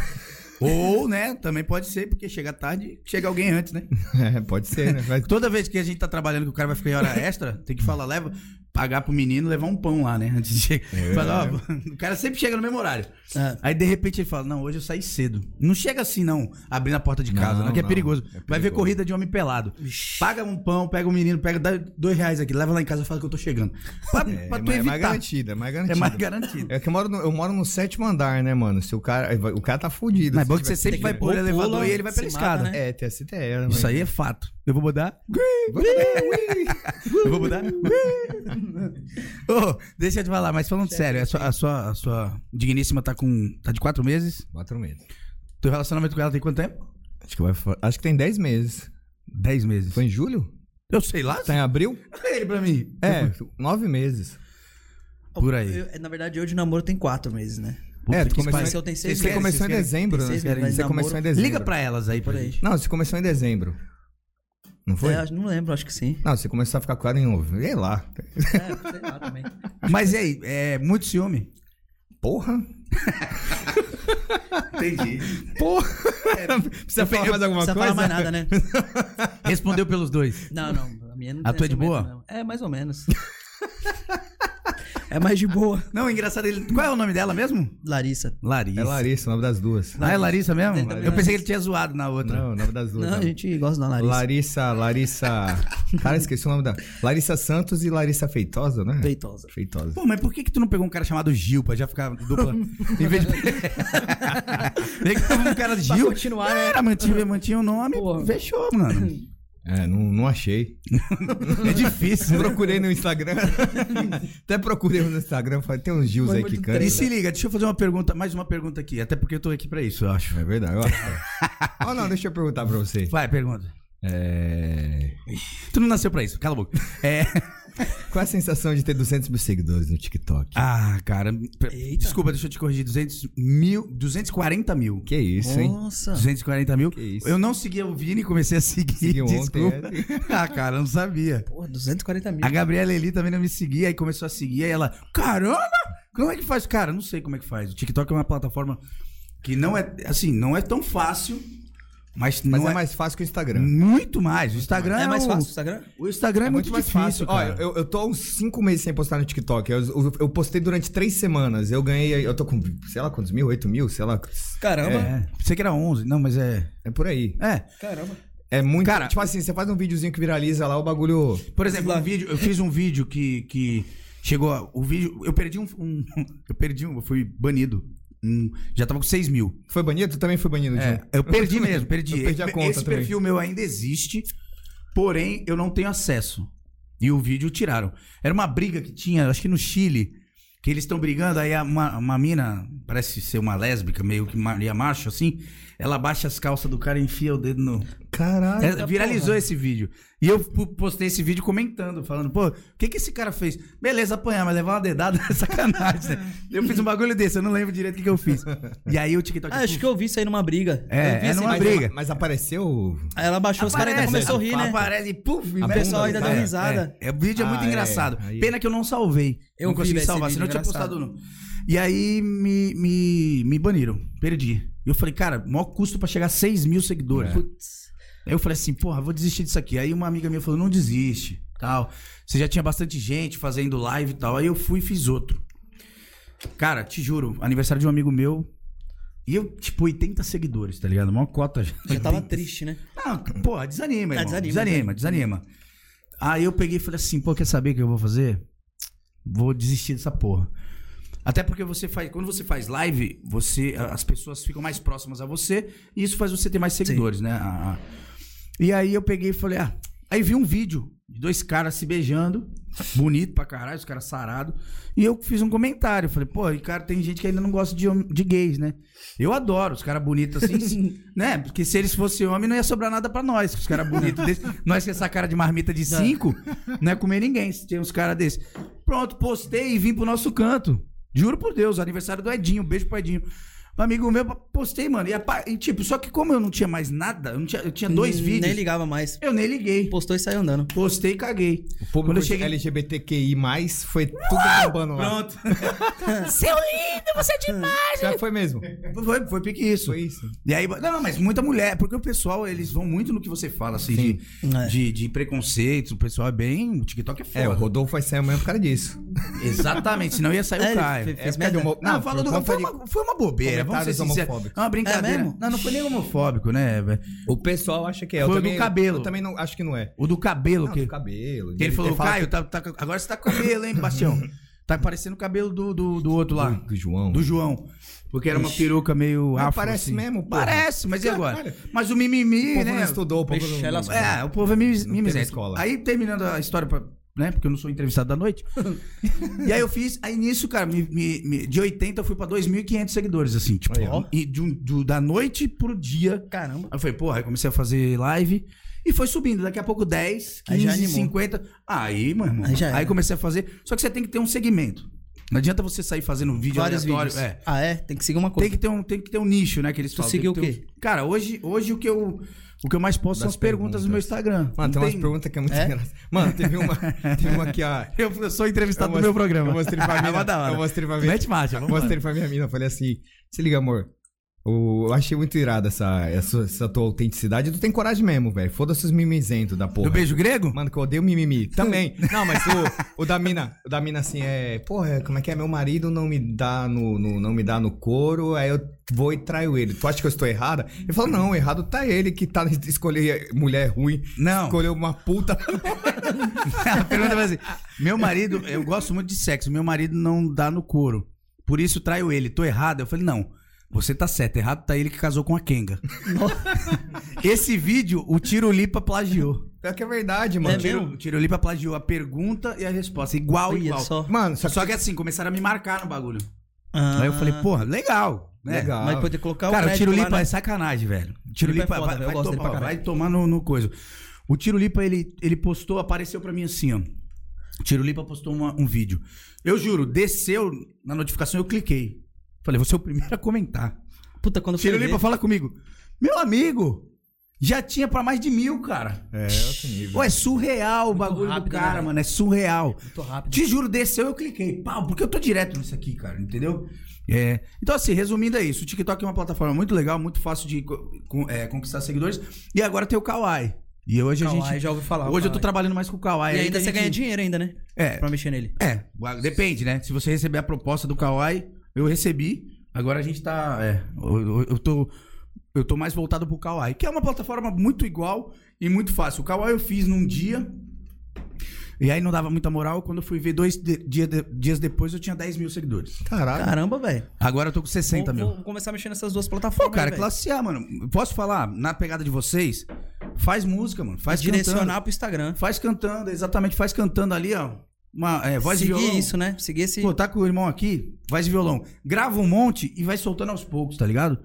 A: Ou, né? Também pode ser, porque chega tarde, chega alguém antes, né?
B: É, pode ser, né? Vai-
A: Toda vez que a gente tá trabalhando que o cara vai ficar em hora extra, tem que falar, leva. pagar pro menino levar um pão lá, né? Antes de chegar. Fala, ó, o cara sempre chega no mesmo horário.
C: É.
A: Aí de repente ele fala: Não, hoje eu saí cedo. Não chega assim, não, abrindo a porta de casa,
B: Não,
A: não, que é
B: não.
A: perigoso.
B: É
A: Vai ver
B: perigoso.
A: corrida de homem pelado. Paga um pão, pega um menino, pega dá dois reais aqui, leva lá em casa e fala que eu tô chegando. Pra,
B: É,
A: pra tu
B: mais- mais
A: evitar.
B: garantida,
A: É
B: mais garantida.
A: mais garantido.
B: É que eu moro, no, eu moro no sétimo andar, né, mano? Se o cara. O cara tá fudido.
A: Mas é
B: se
A: bom que
B: tiver-
A: você sempre vai
C: que-
A: pôr o
C: ou
A: elevador
C: pula,
A: e ele vai pela
C: se
A: escada.
C: mata, né?
B: É, tem essa ideia,
A: Isso aí é fato. Eu vou mudar. Eu vou mudar. Ô, deixa eu te falar, mas falando sério, a sua, a sua, a sua digníssima tá com. tá de quatro meses?
B: Quatro meses.
A: Teu relacionamento com ela tem quanto tempo?
B: Acho que, vai, fa- acho que tem dez meses.
A: Dez meses.
B: Foi em julho?
A: Eu sei lá.
B: Tá em abril?
A: Olha ele pra mim.
B: É, nove meses.
A: Por aí.
C: Eu- na verdade, hoje o namoro tem quatro meses, né?
B: é,
A: que
B: tu começou,
A: pariu.
C: Conheceu tem seis
B: você
A: querem-
C: meses.
B: começou
A: vocês
B: em
A: querem-
B: dezembro, né?
C: vocês querem-
B: Você
C: mas
B: começou em
C: namoro-
B: dezembro.
A: Liga pra elas aí pra
C: Por aí.
A: gente.
B: Não, você começou em dezembro. Não foi?
C: É, acho- não lembro, acho que sim.
B: Não, você começou a ficar com ela em novembro. Sei lá.
C: É, sei lá também.
A: Mas e aí, é muito ciúme?
B: Porra.
A: Entendi.
B: Porra. Precisa falar mais alguma
C: precisa
B: coisa?
C: falar mais nada, né?
A: Respondeu pelos dois.
C: Não, não. A minha não
A: A
C: tem
A: tua é de
C: ciumento,
A: boa?
C: não. É, mais ou menos. é mais de boa.
A: Não, engraçado ele. Qual é o nome dela mesmo?
C: Larissa.
A: Larissa.
B: É Larissa, o nome das duas.
A: Ah, é Larissa mesmo?
C: Tem também
A: Eu pensei que ele tinha zoado na outra.
B: Não, o nome das duas.
C: Não, a
B: não.
C: gente gosta da Larissa.
B: Larissa, Larissa. Cara, esqueci o nome da. Larissa Santos e Larissa Feitosa, né?
C: Feitosa.
B: Feitosa.
A: Pô, mas por que que tu não pegou um cara chamado Gil pra já ficar dupla? em vez de. Vem que tava um cara de
C: Pra
A: Gil.
C: continuar, né?
A: Era, mantinha, mantinha o nome.
C: Porra.
A: Fechou, mano.
B: É, não, não achei.
A: É difícil. né?
B: Procurei no Instagram. Até procurei no Instagram. Falei, tem uns Gils
C: Foi
B: aí
C: muito
B: que cantam.
A: E se liga, deixa eu fazer uma pergunta, mais uma pergunta aqui. Até porque eu tô aqui pra isso, eu acho.
B: É verdade, eu acho. oh, não, deixa eu perguntar pra você.
A: Vai, pergunta.
B: É...
A: Tu não nasceu pra isso, cala a boca. É.
B: Qual é a sensação de ter 200 mil seguidores no TikTok?
A: Ah, cara. per-
C: Eita.
A: Desculpa, deixa eu te corrigir. 200 mil. 240 mil.
B: Que isso, hein?
C: Nossa.
A: 240 mil.
B: Ah. Que isso.
A: Eu não segui o Vini, comecei a seguir.
B: Seguiu ontem, é.
A: desculpa. ah, cara, eu não sabia.
C: Porra, 240 mil.
A: A Gabriela Eli também não me seguia, aí começou a seguir, aí ela, caramba, como é que faz? Cara, não sei como é que faz. O TikTok é uma plataforma que não é, assim, não é tão fácil, mas,
B: Mas
A: não
B: é
A: é,
B: mais fácil que o Instagram.
A: muito mais. O Instagram é,
C: É mais
A: o-
C: fácil o Instagram?
A: O Instagram é, muito, difícil,
B: Olha,
A: cara.
B: eu, eu tô há uns 5 meses sem postar no TikTok. Eu, eu- eu postei durante 3 semanas. Eu ganhei, eu tô com, sei lá quantos mil, 8 mil, sei lá.
C: Caramba.
A: É, pensei que era 11, não, mas é...
B: É por aí.
A: É,
C: Caramba.
B: É muito.
A: Cara-
B: tipo assim, você faz um videozinho que viraliza lá, o bagulho.
A: por exemplo, um vídeo, eu fiz um vídeo que, que chegou, a- o vídeo, eu perdi um, um- eu perdi um, eu fui banido, Um- já tava com 6 mil.
B: Foi banido? Tu também foi banido,
A: É,
B: Jim?
A: eu perdi mesmo, perdi.
B: Eu perdi a
A: Esse-
B: conta
A: Esse
B: também.
A: perfil meu ainda existe, porém eu não tenho acesso. E o vídeo tiraram. Era uma briga que tinha, acho que no Chile, que eles estão brigando, aí a- uma, uma mina, parece ser uma lésbica, meio que Maria Macho, assim, ela baixa as calças do cara e enfia o dedo no...
B: Caralho.
A: É, viralizou esse vídeo. E eu pu- postei esse vídeo comentando, falando, pô, o que que esse cara fez? Beleza, apanhar, mas levar uma dedada é sacanagem, né? Eu fiz um bagulho desse, eu não lembro direito o que, que eu fiz. E aí o TikTok...
C: Ah, acho que eu vi isso aí numa briga.
A: É,
C: Eu vi
A: é
C: esse
A: numa
C: vídeo.
B: assim, mas,
A: briga.
B: Mas apareceu.
C: Aí ela
A: Tipo,
C: baixou os caras ainda começou a rir, né?
A: Aparece e puf,
B: A
A: vai-
B: pessoa ainda
A: é,
B: dá
C: risada.
A: É, É, o vídeo é muito
B: Ah, é,
A: engraçado.
B: aí-
A: Pena que eu não salvei.
C: Eu
A: não
C: vi
A: consegui
C: esse
A: salvar,
C: vídeo,
A: senão eu tinha
C: engraçado.
A: postado não. E aí me, me, me baniram, perdi. Eu falei, cara, maior custo pra chegar a 6 mil seguidores.
C: Putz.
A: Aí eu falei assim, porra, vou desistir disso aqui. Aí uma amiga minha falou, não desiste, tal. Você já tinha bastante gente fazendo live e tal. Aí eu fui e fiz outro. Cara, te juro, aniversário de um amigo meu. E eu, tipo, 80 seguidores, tá ligado? Maior cota.
C: Já tava triste, né?
A: Não, porra, Ah, desanima,
C: É,
A: irmão.
C: desanima,
A: desanima, desanima, Aí eu peguei e falei assim, pô, quer saber o que eu vou fazer? Vou desistir dessa porra. Até porque você faz, quando você faz live, você a- as pessoas ficam mais próximas a você e isso faz você ter mais seguidores, né? A- a- E aí eu peguei e falei, ah, aí vi um vídeo de dois caras se beijando, bonito pra caralho, os caras sarados, e eu fiz um comentário, falei, pô, e cara, tem gente que ainda não gosta de, hom- de gays, né? Eu adoro os caras bonitos assim, sim, né? Porque se eles fossem homem, não ia sobrar nada pra nós. Os caras bonitos desses. Nós com essa cara de marmita de cinco, não ia comer ninguém se tem uns caras desses. Pronto, postei e vim pro nosso canto. Juro por Deus, aniversário do Edinho. Beijo pro Edinho. Um amigo meu, postei, mano. E, apa- e, tipo, só que como eu não tinha mais nada, eu, não tinha, eu tinha dois
C: Nem
A: vídeos.
C: Nem ligava mais.
A: Eu nem liguei.
C: Postou e saiu andando.
A: Postei e caguei.
B: O
A: Quando
B: público
A: eu cheguei-
B: LGBTQI, foi tudo bombando lá.
A: Pronto.
E: Seu lindo, você é demais!
B: Já foi mesmo.
A: Foi, foi pique isso.
B: Foi isso.
A: E aí, não, mas muita mulher, porque o pessoal, eles vão muito no que você fala, assim,
B: Sim.
A: de,
C: É.
A: de, de preconceitos. O pessoal é bem. O TikTok é foda.
B: É, o Rodolfo vai sair amanhã por causa disso.
A: Exatamente, senão ia sair
C: É,
A: o
C: ele
A: Caio.
C: fez-
B: É por causa de homo...
A: Não, falou do.
B: por
A: Foi
B: conta é de-
A: uma, foi uma bobeira, vamos ser
B: Comentários
A: sinceros.
B: homofóbicos.
A: É uma brincadeira.
C: É mesmo?
A: não, não foi nem homofóbico, né? velho?
B: O pessoal acha que é.
A: Foi
B: eu
A: do
B: também,
A: cabelo.
B: Eu também não, acho que não é.
A: O do cabelo,
B: Não,
A: que,
B: do cabelo.
A: que ele
B: Deve
A: falou,
B: ter falado
A: Caio, tá, tá- agora você tá com cabelo, hein, Bastião? tá parecendo o cabelo do, do, do outro lá,
B: que- que o João.
A: do João. Porque era uma peruca meio
B: Mas
A: afro,
B: parece
A: assim.
B: mesmo, porra.
A: Parece, mas e agora?
B: Cara,
A: Mas o
B: O
A: mimimi,
B: povo
A: né?
B: não estudou, o povo
C: Vixe,
B: não-
C: elas-
A: É, o povo é mimi-
B: Não
A: mimizento.
B: teve escola.
A: Aí, terminando a história, pra- né? Porque eu não sou entrevistado da noite. e aí eu fiz... Aí nisso, cara, me- me- me- de 80 eu fui pra 2.500 seguidores, assim. Tipo,
B: Aí, ó.
A: e de um- do- da noite pro dia...
C: Caramba.
A: Aí eu falei, porra, aí comecei a fazer live e foi subindo. Daqui a pouco 10,
C: Aí já
A: 15,
C: animou.
A: 50. Aí, meu irmão.
C: Aí
A: Aí,
C: já era.
A: comecei a fazer. Só que você tem que ter um segmento. Não adianta você sair fazendo vídeo
C: Vários
A: aleatório.
C: vídeos.
A: É.
C: Ah, é? Tem que seguir uma coisa.
A: Tem que, ter um, tem que ter um nicho, né? Que eles
C: Tu
A: falam.
C: seguiu
A: Tem que
C: o
A: ter um- Cara, hoje, hoje o, que eu, o que eu mais posto são
B: Das
A: as perguntas, no meu
B: perguntas.
A: Instagram.
C: Ah,
B: Mano, tem
A: Não
B: umas perguntas que é muito engraçada. Mano, teve uma, teve uma que a.
A: Eu, eu sou entrevistado
B: Eu
A: no meu
B: mostrei-
A: programa.
B: eu mostrei pra mina-
A: Mas da hora.
B: eu mostrei pra mina-
A: Mete marcha,
B: Eu
A: vamos lá.
B: mostrei pra minha mina, eu falei assim: se liga, amor. o- Eu achei muito irado essa, essa, essa tua autenticidade. Tu tem coragem mesmo, velho. Foda-se os mimizentos da porra.
A: Do beijo grego?
B: Mano, que eu odeio mimimi. Também. Não, mas o, o da mina, o da mina assim é, porra, como é que é? Meu marido não me dá no, no- não me dá no couro, aí eu vou e traio ele. Tu acha que eu estou errada? Eu falo, não, errado tá ele que tá escolher mulher ruim,
A: Não.
B: escolheu uma puta.
A: A pergunta vai assim: Meu marido, eu gosto muito de sexo, meu marido não dá no couro. Por isso traio ele. Tô errado? Eu falei, não. Você tá certo, errado tá ele que casou com a Kenga. Esse vídeo, o Tirolipa plagiou.
B: Pior que é verdade, mano.
C: É mesmo?
A: O Tirolipa plagiou a pergunta e a resposta. Igual,
C: Olha
A: igual.
C: só.
B: Mano, só
A: Só,
B: que
A: que assim, começaram a me marcar no bagulho.
C: Ah,
A: Aí eu falei, porra, legal. né?
B: legal.
C: Mas poder colocar o
A: Cara, o
C: crédito
A: Tirolipa
C: lá, né?
A: é sacanagem, velho. O Tirolipa
C: Tirolipa é foda,
A: vai,
C: velho, eu
A: vai
C: gosto dele
A: tomar,
C: pra caralho.
A: vai tomar no, no coisa. O Tirolipa, ele, ele postou, apareceu pra mim assim, ó. O Tirolipa postou uma- um vídeo. Eu juro, desceu na notificação, eu cliquei. Falei, você é o primeiro a comentar.
C: Puta, quando foi
A: Tirolipa,
C: ver,
A: fala comigo. Meu amigo, já tinha pra mais de mil, cara.
B: É, outro nível.
A: Pô, é surreal o bagulho
C: rápido,
A: do
C: né,
A: cara,
C: velho?
A: mano. É surreal.
C: Muito rápido.
A: Te juro, desceu eu cliquei. Pau, porque eu tô direto nisso aqui, cara, entendeu? É, Então, assim, resumindo é isso. O TikTok é uma plataforma muito legal, muito fácil de co- con- é, conquistar seguidores. E agora tem o Kawaii. E hoje
C: Kawaii,
A: a gente.
C: já ouvi falar.
A: hoje eu tô
C: Kawaii.
A: trabalhando mais com o Kawaii.
C: E ainda
A: a
C: você
A: gente-
C: ganha dinheiro ainda, né?
A: É.
C: Pra mexer nele.
A: É, depende, né? Se você receber a proposta do Kawaii, eu recebi. Agora a gente tá. é, eu, eu- eu tô. Eu tô mais voltado pro Kawaii, que é uma plataforma muito igual e muito fácil. O Kawaii eu fiz num dia. E aí não dava muita moral. Quando eu fui ver dois de- dia de- dias depois, eu tinha 10 mil seguidores.
B: Caralho.
C: Caramba, velho.
A: Agora eu tô com 60
C: Vou-
A: mil.
C: Vou, vou começar a mexer nessas duas
A: Pô,
C: plataformas.
A: cara,
C: velho.
A: classe A, mano. Posso falar, na pegada de vocês, faz música, mano. Faz
C: Direcionar
A: tá cantando.
C: pro Instagram.
A: Faz cantando, exatamente. Faz cantando ali, ó. Uma é, voz
C: Seguir
A: de violão.
C: isso, né? Seguir esse.
A: Pô, tá com o irmão aqui, vai de violão. Grava um monte e vai soltando aos poucos, tá ligado?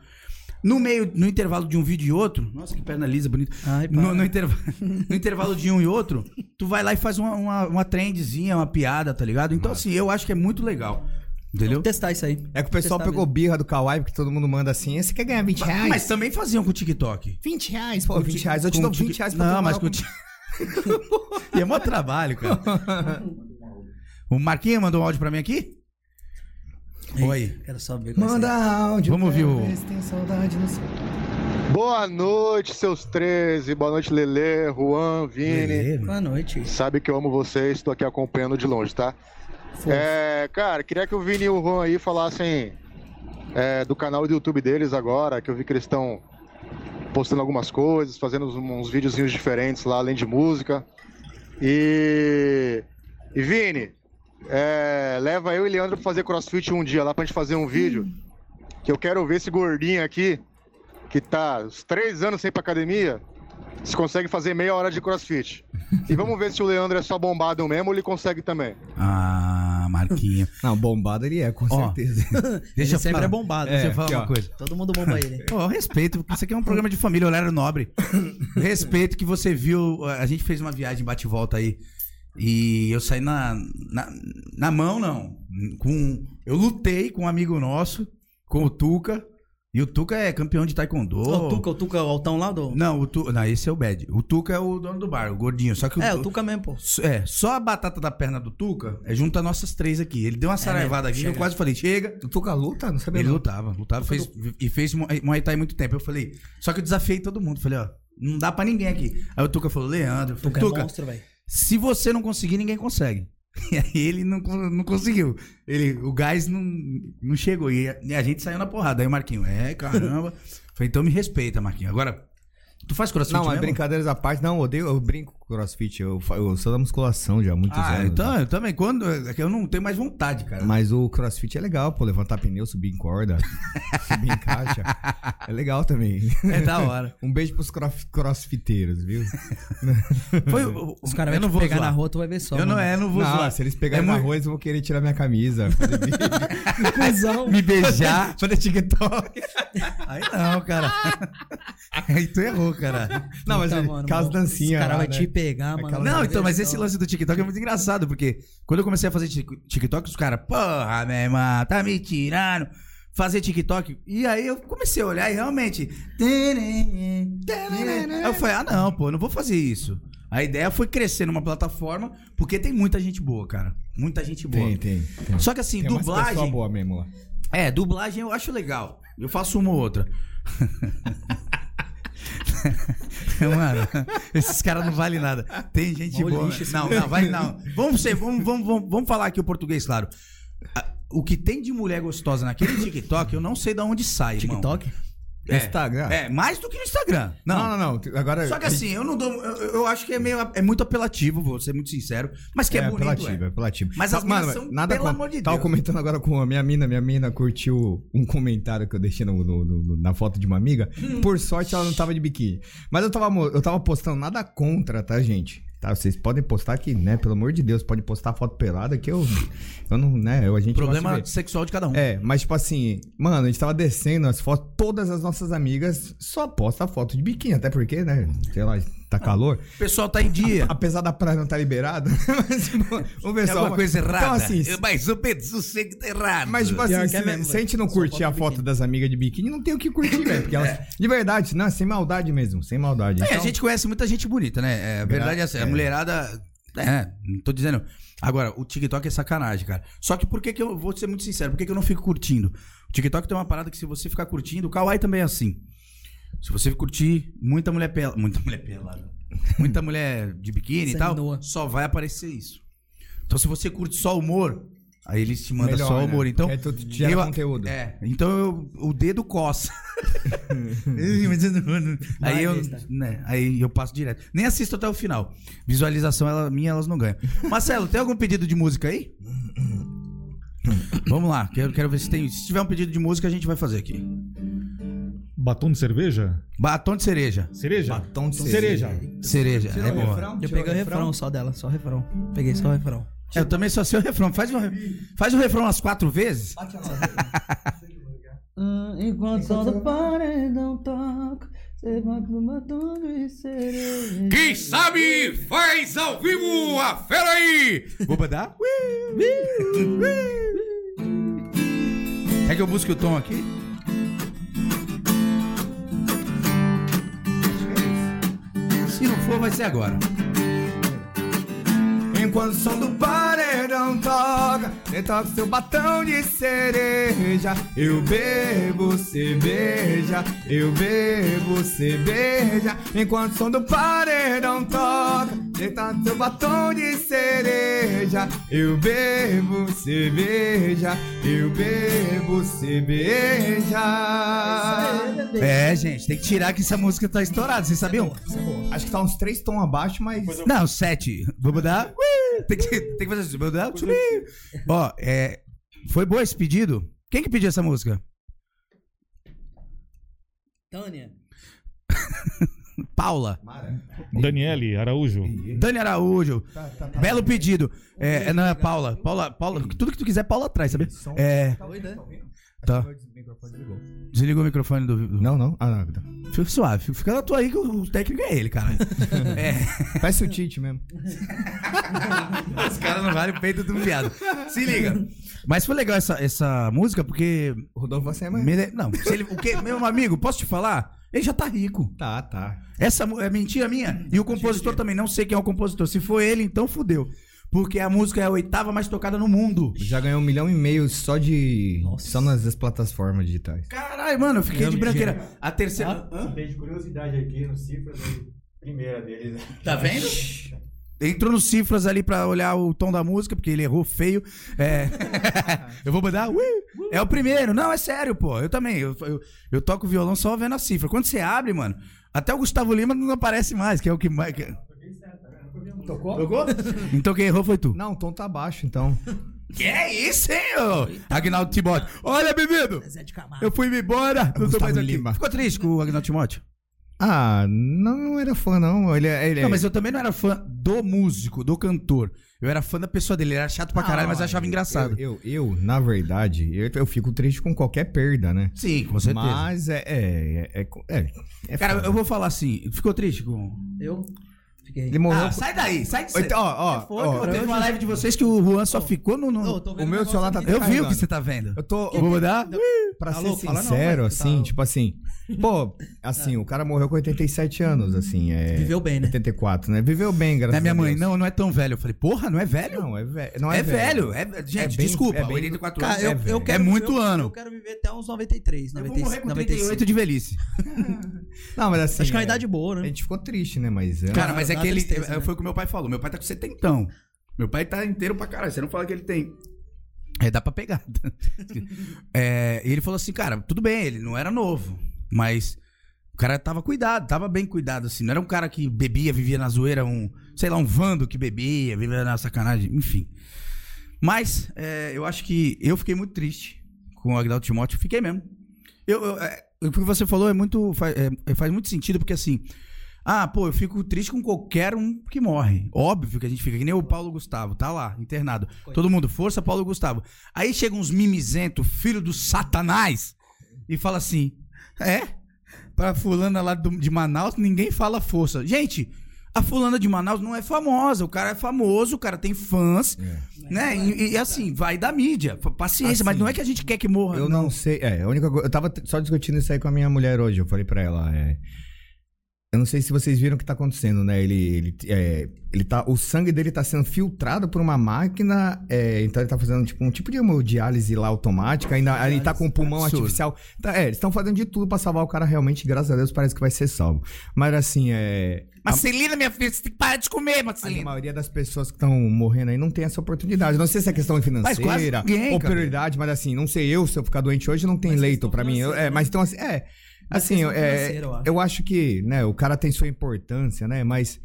A: No meio, no intervalo de um vídeo e outro, nossa, que perna lisa, bonita.
C: Ai, para.
A: No, no interva- no intervalo de um e outro, tu vai lá e faz uma, uma, uma trendzinha, uma piada, tá ligado? Então, assim, eu acho que é muito legal. Entendeu?
C: Vou testar isso aí.
B: É que o pessoal
C: Testar
B: pegou birra do Kawaii, porque todo mundo manda assim, você quer ganhar 20 reais?
A: Mas também faziam com o TikTok.
B: 20 reais, pô, 20 reais, eu te
A: Com
B: dou
A: o tic-
B: 20 reais pra um-
A: Não,
B: tomar um
A: mas
B: uma-
A: com o ti- E é mó trabalho, cara. O Marquinhos mandou um áudio pra mim aqui? Oi.
C: Quero saber como é que é.
B: Manda áudio.
A: Vamos ouvir o-
B: ver se tem saudade no seu...
F: Boa noite, seus 13. Boa noite, Lele, Juan, Vini.
C: é. Boa noite.
F: Sabe que eu amo vocês, tô aqui acompanhando de longe, tá? É, cara, queria que o Vini e o Juan aí falassem é, do canal do YouTube deles agora, que eu vi que eles estão postando algumas coisas, fazendo uns, uns videozinhos diferentes lá, além de música. E, e Vini, é, leva eu e Leandro pra fazer crossfit um dia lá pra gente fazer um vídeo. Que eu quero ver esse gordinho aqui, que tá uns três anos sem ir pra academia, se consegue fazer meia hora de crossfit. E vamos ver se o Leandro é só bombado mesmo ou ele consegue também.
A: Ah, Marquinhos.
B: Não, bombado ele é, com
A: Ó,
B: certeza.
A: Deixa eu
C: Ele sempre
A: falar.
C: é bombado.
A: Deixa
B: É,
A: eu falar
B: aqui,
A: uma
B: ó.
A: coisa.
C: Todo mundo bomba né? ele.
A: Pô, eu respeito, porque isso aqui é um programa de família, horário nobre. respeito que você viu. A gente fez uma viagem bate e volta aí. E eu saí na, na, na mão, não. Com, eu lutei com um amigo nosso, com o Tuca. E o Tuca é campeão de taekwondo.
C: O Tuca, o Tuca, o Altão lá do.
A: Não, o tu... não, esse é o Bad. O Tuca é o dono do bar, o gordinho. Só que o,
C: É, o
A: Tu-
C: Tuca mesmo, pô.
A: É, só a batata da perna do Tuca é junto a nossas três aqui. Ele
C: É
A: deu uma saraivada aqui, eu quase falei, chega.
B: Tu com a luta? Não sabia
A: Ele
B: não.
A: lutava, lutava fez, e fez Muay Muay Thai muito tempo. Eu falei, só que eu desafiei todo mundo. Falei, ó, não dá pra ninguém aqui. Aí o Tuca falou, Leandro, eu falei,
C: Tuca, é
A: Tuca,
C: monstro, velho.
A: se você não conseguir, ninguém consegue. E aí ele não, con- não conseguiu. Ele, o gás não, não chegou. E a, e a gente saiu na porrada. Aí o Marquinho, é, caramba. falei, então me respeita, Marquinho. Agora, tu faz crossfit
B: Não, mas
A: mesmo?
B: brincadeiras à parte, não, eu odeio, eu brinco com crossfit, eu, fa- eu sou da musculação já há muitos
A: Ah,
B: anos.
A: então, eu também. Quando, é que eu não tenho mais vontade, cara.
B: Mas o crossfit é legal, pô, levantar pneu, subir em corda, subir em caixa, é legal também.
A: É da hora.
B: Um beijo pros crof- crossfiteiros, viu?
A: Foi, o- o-
C: Os caras
A: eu
C: vão
A: não
C: te
A: vou
C: pegar
A: zoar.
C: na rua, tu vai ver só.
A: Eu não,
C: mano. assim,
A: é, eu não vou
B: Não,
A: zoar.
B: se eles pegarem
A: É
B: na
A: muito-
B: rua, eles vão querer tirar minha camisa, fazer vídeo,
C: Cusão.
B: me beijar, fazer TikTok.
A: Aí não, cara. Aí tu errou, cara.
B: Não, mas
C: Puta,
B: aquelas
C: mano, mano,
B: dancinha
C: Os caras
B: lá,
C: vão
B: né?
C: te pegar, mano.
B: Aquela-
A: Não,
C: vai
A: então,
C: ver
A: mas
C: só.
A: esse lance do TikTok é muito engraçado, porque quando eu comecei a fazer tik- TikTok, os caras, porra, meu irmão, tá me tirando. Fazer TikTok. E aí eu comecei a olhar e realmente. Aí eu falei, ah, não, pô, eu não vou fazer isso. A ideia foi crescer numa plataforma, porque tem muita gente boa, cara. Muita gente boa.
B: Tem, tem. tem.
A: Só que assim,
B: Tem umas pessoas
A: dublagem.
B: boa mesmo lá.
A: É, dublagem eu acho legal. Eu faço uma ou outra. Mano, esses caras não valem nada. Tem gente
C: Mó
A: boa.
C: lixo esse
A: não, não, vai não. Vamos ser, vamos, vamos, vamos, vamos falar aqui o português, claro. Ah, O que tem de mulher gostosa naquele TikTok, eu não sei de onde sai, irmão.
C: TikTok?
A: É.
B: Instagram.
A: É, mais do que no Instagram. Não,
B: Tá. Não, não, não. é. Agora.
A: Só que assim, eu não dou. Eu, eu acho que é meio. É muito apelativo, vou ser muito sincero. Mas que é, bonito.
B: apelativo, é
A: é.
B: apelativo.
A: Mas as minas são, pelo
B: contra.
A: amor de
B: Tava
A: Deus.
B: comentando agora com a minha mina, minha mina curtiu um comentário que eu deixei no- no- no- na foto de uma amiga.
A: Hum.
B: Por sorte, ela não tava de biquíni. Mas eu tava, mo- eu tava postando nada contra, tá, gente? Tá, vocês podem postar aqui, né? Pelo amor de Deus, pode postar foto pelada que eu. Eu não, né? Eu, a gente gosta
A: Problema
B: de ver.
A: sexual de cada um.
B: É, mas tipo assim, mano, a gente tava descendo as fotos, todas as nossas amigas só posta foto de biquíni, até porque, né? Sei lá, tá calor.
A: O pessoal tá em dia.
B: Apesar da praia não estar liberada, mas tipo, o
A: É
B: pessoal.
A: alguma coisa errada.
B: Então, assim,
A: Eu- mas o Pedro sei que tá errado.
B: mas, tipo assim,
C: Pior que
B: se,
C: é mesmo,
B: se a gente
C: velho.
B: não
C: Só
B: curtir
C: foto
B: a
C: de
B: foto
C: biquíni.
B: das amigas de biquíni, não tem o que curtir, velho. Porque elas. De verdade, não, sem maldade mesmo, sem maldade.
A: É,
B: Então,
A: a gente conhece muita gente bonita, né? É, a verdade é essa. A
B: é.
A: mulherada. É, não tô dizendo. Agora, o TikTok é sacanagem, cara. Só que por que, que eu vou ser muito sincero? Por que, que eu não fico curtindo? O TikTok tem uma parada que se você ficar curtindo, o Kawaii também é assim. Se você curtir muita mulher pelada. Muita mulher pelada. Muita mulher de biquíni e
C: Sem
A: tal,
C: nua.
A: só vai aparecer isso. Então, se você curte só humor, aí eles te mandam
B: melhor,
A: só
B: né?
A: humor. Então,
B: Porque tu gera
A: eu-
B: conteúdo.
A: É, então eu- o dedo coça. Ih, mas eu não- aí,
C: Vai,
A: eu,
C: besta.
A: né, aí eu passo direto. Nem assisto até o final. Visualização ela, minha elas não ganham. Marcelo, tem algum pedido de música aí? Vamos lá, quero, quero ver se tem. Se tiver um pedido de música, a gente vai fazer aqui.
D: Batom de cerveja?
A: Batom de cereja.
D: Cereja?
B: Batom de
D: cereja.
A: Cereja, é
B: o
A: boa.
B: refrão?
C: Eu
B: Tirou
C: peguei o refrão só dela, só o refrão. Peguei só o refrão.
A: É, Eu também só sei o refrão. Faz o, re- faz o refrão umas quatro vezes.
C: Ah, Enquanto só do paredão toca, você bate no batom de cereja.
A: Quem sabe faz ao vivo a fera aí! Vou mandar? Quer É que eu busque o tom aqui?
B: É
A: Se não for, vai ser agora.
B: Enquanto o som do paredão toca, você toca seu batom de cereja. Eu bebo cerveja, eu bebo cerveja. Enquanto o som do paredão toca, você toca seu batom de cereja. Eu bebo cerveja, eu bebo cerveja.
A: É, gente, tem que tirar que essa música tá estourada, vocês sabiam?
B: Acho que tá uns três tons abaixo, mas.
A: Não, sete. Vou mudar? Ui, Tem que, tem que fazer isso. Vou mudar? Ui. Ó, é, foi boa esse pedido? Quem que pediu essa música?
C: Tânia.
A: Paula.
D: Daniele Araújo.
A: Dani Araújo.
B: tá,
A: Belo pedido. É, é, não, é Paula. Paula, Paula, tudo que tu quiser, Paula traz, sabe? É.
C: Oi, né?
A: Tá. Desligou o microfone do. do...
B: Não, não. Ah, não. tá.
A: Fica suave. Fica na tua aí que o técnico é ele, cara. é.
B: Parece o Tite mesmo.
A: Os caras não valem o peito do viado. Se liga. Mas foi legal essa, essa música porque.
B: O Rodolfo você é mais.
A: mere- Não, se ele- o quê? Meu amigo, posso te falar? Ele já tá rico.
B: Tá, tá.
A: Essa mu- é mentira minha. E o compositor também, não sei quem é o compositor. Se foi ele, então fudeu. Porque a música é a oitava mais tocada no mundo.
B: Já ganhou um milhão e meio só de. Só nas plataformas digitais.
A: Caralho, mano, eu fiquei de branqueira. A terceira. Hã?
G: Tem de curiosidade aqui no Cifras, a primeira deles.
A: Tá vendo? Entrou nos cifras ali pra olhar o tom da música, porque ele errou feio. É. eu vou mandar. ui, É o primeiro. Não, é sério, pô. Eu também. Eu, eu, eu toco violão só vendo a cifra. Quando você abre, mano, até o Gustavo Lima não aparece mais, que é o que mais. que-
G: Tocou?
A: Então quem errou foi tu.
B: Não, o tom tá baixo, então.
A: Que é isso, hein, ô? Agnaldo Timóteo. Olha, bebido!
E: Zé de Camargo.
A: Eu fui me embora, não tô
B: Gustavo
A: mais aqui.
B: Lima.
A: Ficou triste com o Agnaldo Timóteo?
B: Ah, não era fã, não. Ele, é- ele é-
A: Não, mas eu também não era fã do músico, do cantor. Eu era fã da pessoa dele. Ele era chato pra caralho, mas Ah, eu achava é engraçado.
B: Eu, eu, eu, na verdade, eu, eu fico triste com qualquer perda, né?
A: Sim, com certeza.
B: Mas é. É. é, é, é- é
A: Cara,
B: foda.
A: eu vou falar assim. Ficou triste com.
C: Eu fiquei.
B: Ele morreu.
A: Ah, é sai daí, sai de
B: Então, ó, ó,
C: foda,
B: ó,
C: cara.
A: Teve uma live de vocês que o Juan só ficou no. no-
C: Ô, tô
B: o
C: vendo
B: meu
C: negócio
B: celular tá
C: aqui.
A: Eu vi o
B: carregando.
A: que você tá vendo.
B: Eu tô.
A: Vou mudar? Tá
B: Pra
C: Alô,
B: ser
C: fala não,
B: sincero,
C: mas
B: assim,
C: tá-
B: tipo assim. Pô, assim, o cara morreu com 87 anos, assim. É,
C: Viveu bem, né?
B: 84, né? Viveu bem, graças
A: Né,
B: a
A: minha mãe,
B: Deus.
A: não, não é tão velho. Eu falei, porra, não é velho?
B: Não, é velho. Não
A: é,
B: é,
A: velho. é- Gente,
B: bem-
A: desculpa,
B: é bem-
A: 84
C: Cara,
A: anos.
C: eu,
A: é,
C: eu
A: velho.
C: quero,
A: é muito
C: eu-
A: ano.
C: Eu quero viver até uns 93,
A: Eu vou morrer
C: 95,
A: com
C: 95.
A: 38 de velhice.
B: Não, mas assim.
C: Acho que é uma
B: é-
C: idade boa,
B: A
C: né?
B: gente ficou triste, né? Mas. é-
A: Cara, mas é
C: dá
A: que ele.
C: tristeza,
A: é-
C: né?
A: Foi o que meu pai falou. Meu pai tá com setentão. Meu pai tá inteiro pra caralho. Você não fala que ele tem. É, dá pra pegar. É, e ele falou assim, cara, tudo bem, ele não era novo. Mas o cara tava cuidado, tava bem cuidado, assim. Não era um cara que bebia, vivia na zoeira, um. Sei lá, um vando que bebia, vivia na sacanagem, enfim. Mas é, eu acho que eu fiquei muito triste com o Agnaldo Timóteo. Fiquei mesmo. Eu, eu, é, o que você falou é muito. fa- é, faz muito sentido, porque assim. Ah, pô, eu fico triste com qualquer um que morre. Óbvio que a gente fica, que nem o Paulo Gustavo, tá lá, internado. Todo mundo, força, Paulo Gustavo. Aí chega uns mimizento, filho do satanás, e fala assim: É? Pra fulana lá do- de Manaus, ninguém fala força. Gente, a fulana de Manaus não é famosa. O cara é famoso, o cara tem fãs,
B: É.
A: né? E, e assim, vai da mídia. Fa- Paciência, mas não é que a gente quer que morra.
B: Assim. Eu não sei. É, a única coisa. Eu tava t- só discutindo isso aí com a minha mulher hoje. Eu falei pra ela. é, eu não sei se vocês viram o que tá acontecendo, né? Ele, ele, é, ele tá, o sangue dele tá sendo filtrado por uma máquina. é, então ele tá fazendo tipo um tipo de hemodiálise lá automática. Ainda ele tá com o pulmão
A: absurdo.
B: artificial. Tá, é, eles estão fazendo de tudo pra salvar o cara realmente. Graças a Deus parece que vai ser salvo. Mas assim, é.
A: Marcelina, minha filha, você tem que parar de comer,
B: A
A: Marcelina.
B: maioria das pessoas que estão morrendo aí não tem essa oportunidade. Não sei se é questão
A: Mas quase
B: financeira
A: ninguém,
B: ou
A: cara.
B: prioridade, mas assim, não sei eu, se eu ficar doente hoje, não tem leito
C: questão
B: pra mim. Eu-
C: financeira,
B: é,
A: né?
B: mas então assim, é.
C: Mas
B: Assim,
C: questão
B: é,
C: financeira, eu acho.
B: eu acho que, né, o cara tem sua importância, né, mas.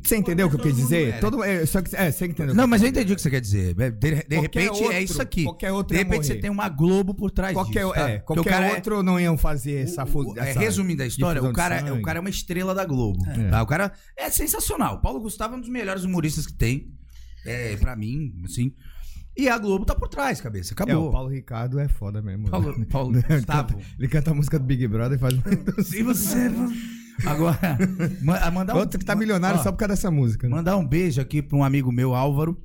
B: Você entendeu o que eu quis dizer? Todo, é, só que, é, você entendeu.
A: né? Não, mas eu entendi o que você quer dizer. É, De, de
B: Qualquer
A: repente
B: outro-
A: é isso aqui.
B: Qualquer outro
A: De
B: ia
A: repente você
B: morrer.
A: tem uma Globo por trás
B: Qualquer,
A: disso. tá?
B: é,
A: Porque o
B: qualquer
A: cara é-
B: outro não iam fazer essa, fu-
A: o- é,
B: essa-
A: resumindo a história,
B: difusão
A: o
B: de
A: cara, é, o
B: sangue.
A: cara é uma estrela da Globo. tá? O cara é sensacional. Paulo Gustavo é um dos melhores humoristas que tem. É, pra mim, assim. E a Globo tá por trás, cabeça.
B: É, o
A: Acabou.
B: Paulo Ricardo é foda mesmo.
A: Paulo, Paulo
B: Ele canta-
A: Gustavo.
B: Ele canta a música do Big Brother e faz.
A: Se você. Agora, ma- mandar um-
B: Outro que tá milionário
A: ó,
B: só por causa dessa música. né?
A: Mandar um beijo aqui pra um amigo meu, Álvaro.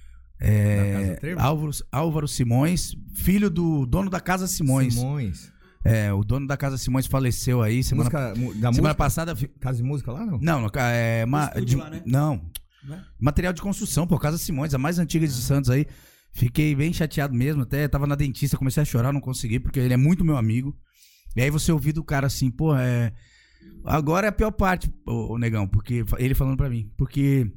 B: Na Casa
A: É,
B: Trevo?
A: Álvaro, Álvaro Simões, filho do dono da Casa Simões.
B: Simões.
A: É, o dono da Casa Simões faleceu aí semana,
B: Música, mu- da
A: semana
B: música,
A: passada. fi-
B: casa de música lá, não?
A: Não, ca- é. ma-
C: estúdio
A: de-
C: lá, né?
A: Não.
C: Não é?
A: Material de construção, pô. Casa Simões, a mais antiga de Santos aí. Fiquei bem chateado mesmo, até tava na dentista, comecei a chorar, não consegui, porque ele é muito meu amigo. E aí você ouviu do cara assim, pô, é. Agora é a pior parte, ô, ô, negão, porque ele falando pra mim, porque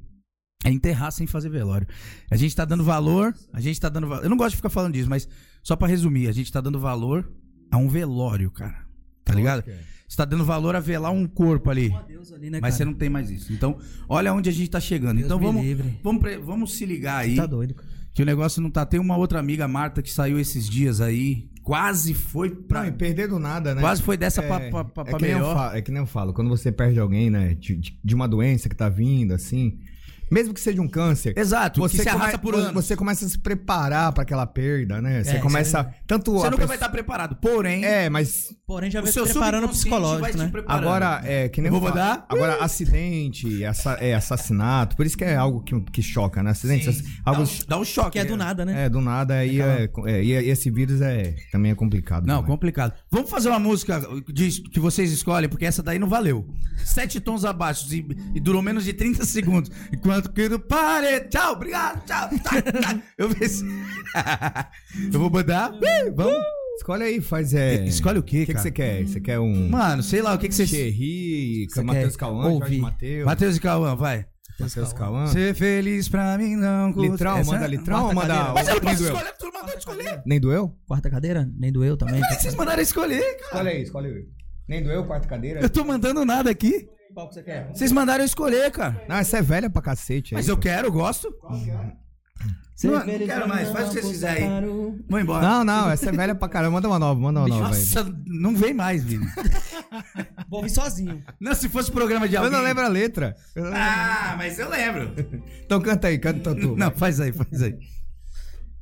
A: é enterrar sem fazer velório. A gente tá dando valor, a gente tá dando valor. Eu não gosto de ficar falando disso, mas só pra resumir, a gente tá dando valor a um velório, cara. Tá ligado? Você tá dando valor a velar um corpo ali.
C: Com a Deus ali, né,
A: Mas você
C: cara?
A: não tem mais isso. Então, olha onde a gente tá chegando.
C: Deus
A: então
C: me
A: vamos,
C: livre.
A: vamos, pre- vamos se ligar aí.
C: Tá doido, cara.
A: Que o negócio não tá. Tem uma outra amiga, a Marta, que saiu esses dias aí. Quase foi pra.
B: Não, e perder do nada, né?
A: Quase foi dessa pra,
B: É,
A: pra, pra-
B: é
A: pra
B: que nem eu
A: melhor.
B: falo- é que nem eu falo, quando você perde alguém, né, de, de- de uma doença que tá vindo, assim, Mesmo que seja um câncer.
A: Exato,
B: Você,
A: você que se
B: come-
A: arrasta por
B: você-
A: anos.
B: você começa a se preparar pra aquela perda, né? Você
C: É,
B: começa. Tanto
A: Você nunca
B: a pessoa-
A: vai tá estar preparado. Porém,
B: É, mas
C: Porém, já
A: o
C: vem se
A: seu
C: preparando
A: subconsciente vai
C: psicológico,
A: te
C: né?
A: preparando.
B: agora é que nem
A: Eu vou Hum.
B: eu falo.
A: mandar?
B: Agora acidente, assa- é, assassinato, por isso que é algo que, que choca, né? Acidente, ass-
A: Dá
B: algo
A: um, dá um choque.
C: Que é do nada, né?
B: é do nada aí é, é, e esse vírus é também é complicado.
A: Não,
B: também.
A: complicado. Vamos fazer uma música de- que vocês escolhem, porque essa daí não valeu. Sete tons abaixo e, e durou menos de 30 segundos. Enquanto que do pare. Tchau, obrigado, tchau. tá, tá. Eu vi se- Eu vou mandar. Ih, Vamos.
B: Escolhe aí, faz é.
A: Escolhe o quê,
B: O que que
A: cara?
B: você quer? Você quer um
A: Mano, sei lá, o que, que vocês.
B: Thierry,
A: Você
B: Matheus
A: quer
B: Cauã, Jorge
A: ouvir?
B: Matheus,
A: Matheus e Cauã, vai.
B: Matheus Cauã.
A: Ser feliz pra mim não custa.
B: Litral,
A: Essa-
B: Ah. manda Litral ou
C: quarta
B: manda.
C: cadeira.
A: Mas eu não
B: nem
A: posso
B: doeu?
A: escolher, a turma mandou escolher.
B: Nem doeu?
C: É. Quarta cadeira? Nem doeu também. né?
A: Mas vocês mandaram escolher, cara.
B: Escolhe aí, escolhe aí. Nem doeu, quarta cadeira?
A: Eu tô mandando nada aqui.
C: Qual que você quer?
A: Vocês mandaram escolher, cara.
B: Não, essa é velha pra cacete aí.
A: Mas eu quero, eu gosto. Não, não quero mais, faz o que vocês quiserem aí. Vou embora.
B: Não, não, essa é velha pra caramba. Manda uma nova, manda uma nova aí.
A: Nossa, não vem mais, Vini.
C: Vou vir sozinho.
A: Não, se fosse programa de
B: Eu
A: alguém...
B: não lembro a letra. Eu não lembro.
A: Ah, mas eu lembro.
B: Então canta aí, canta tu.
A: Não, faz aí, faz aí.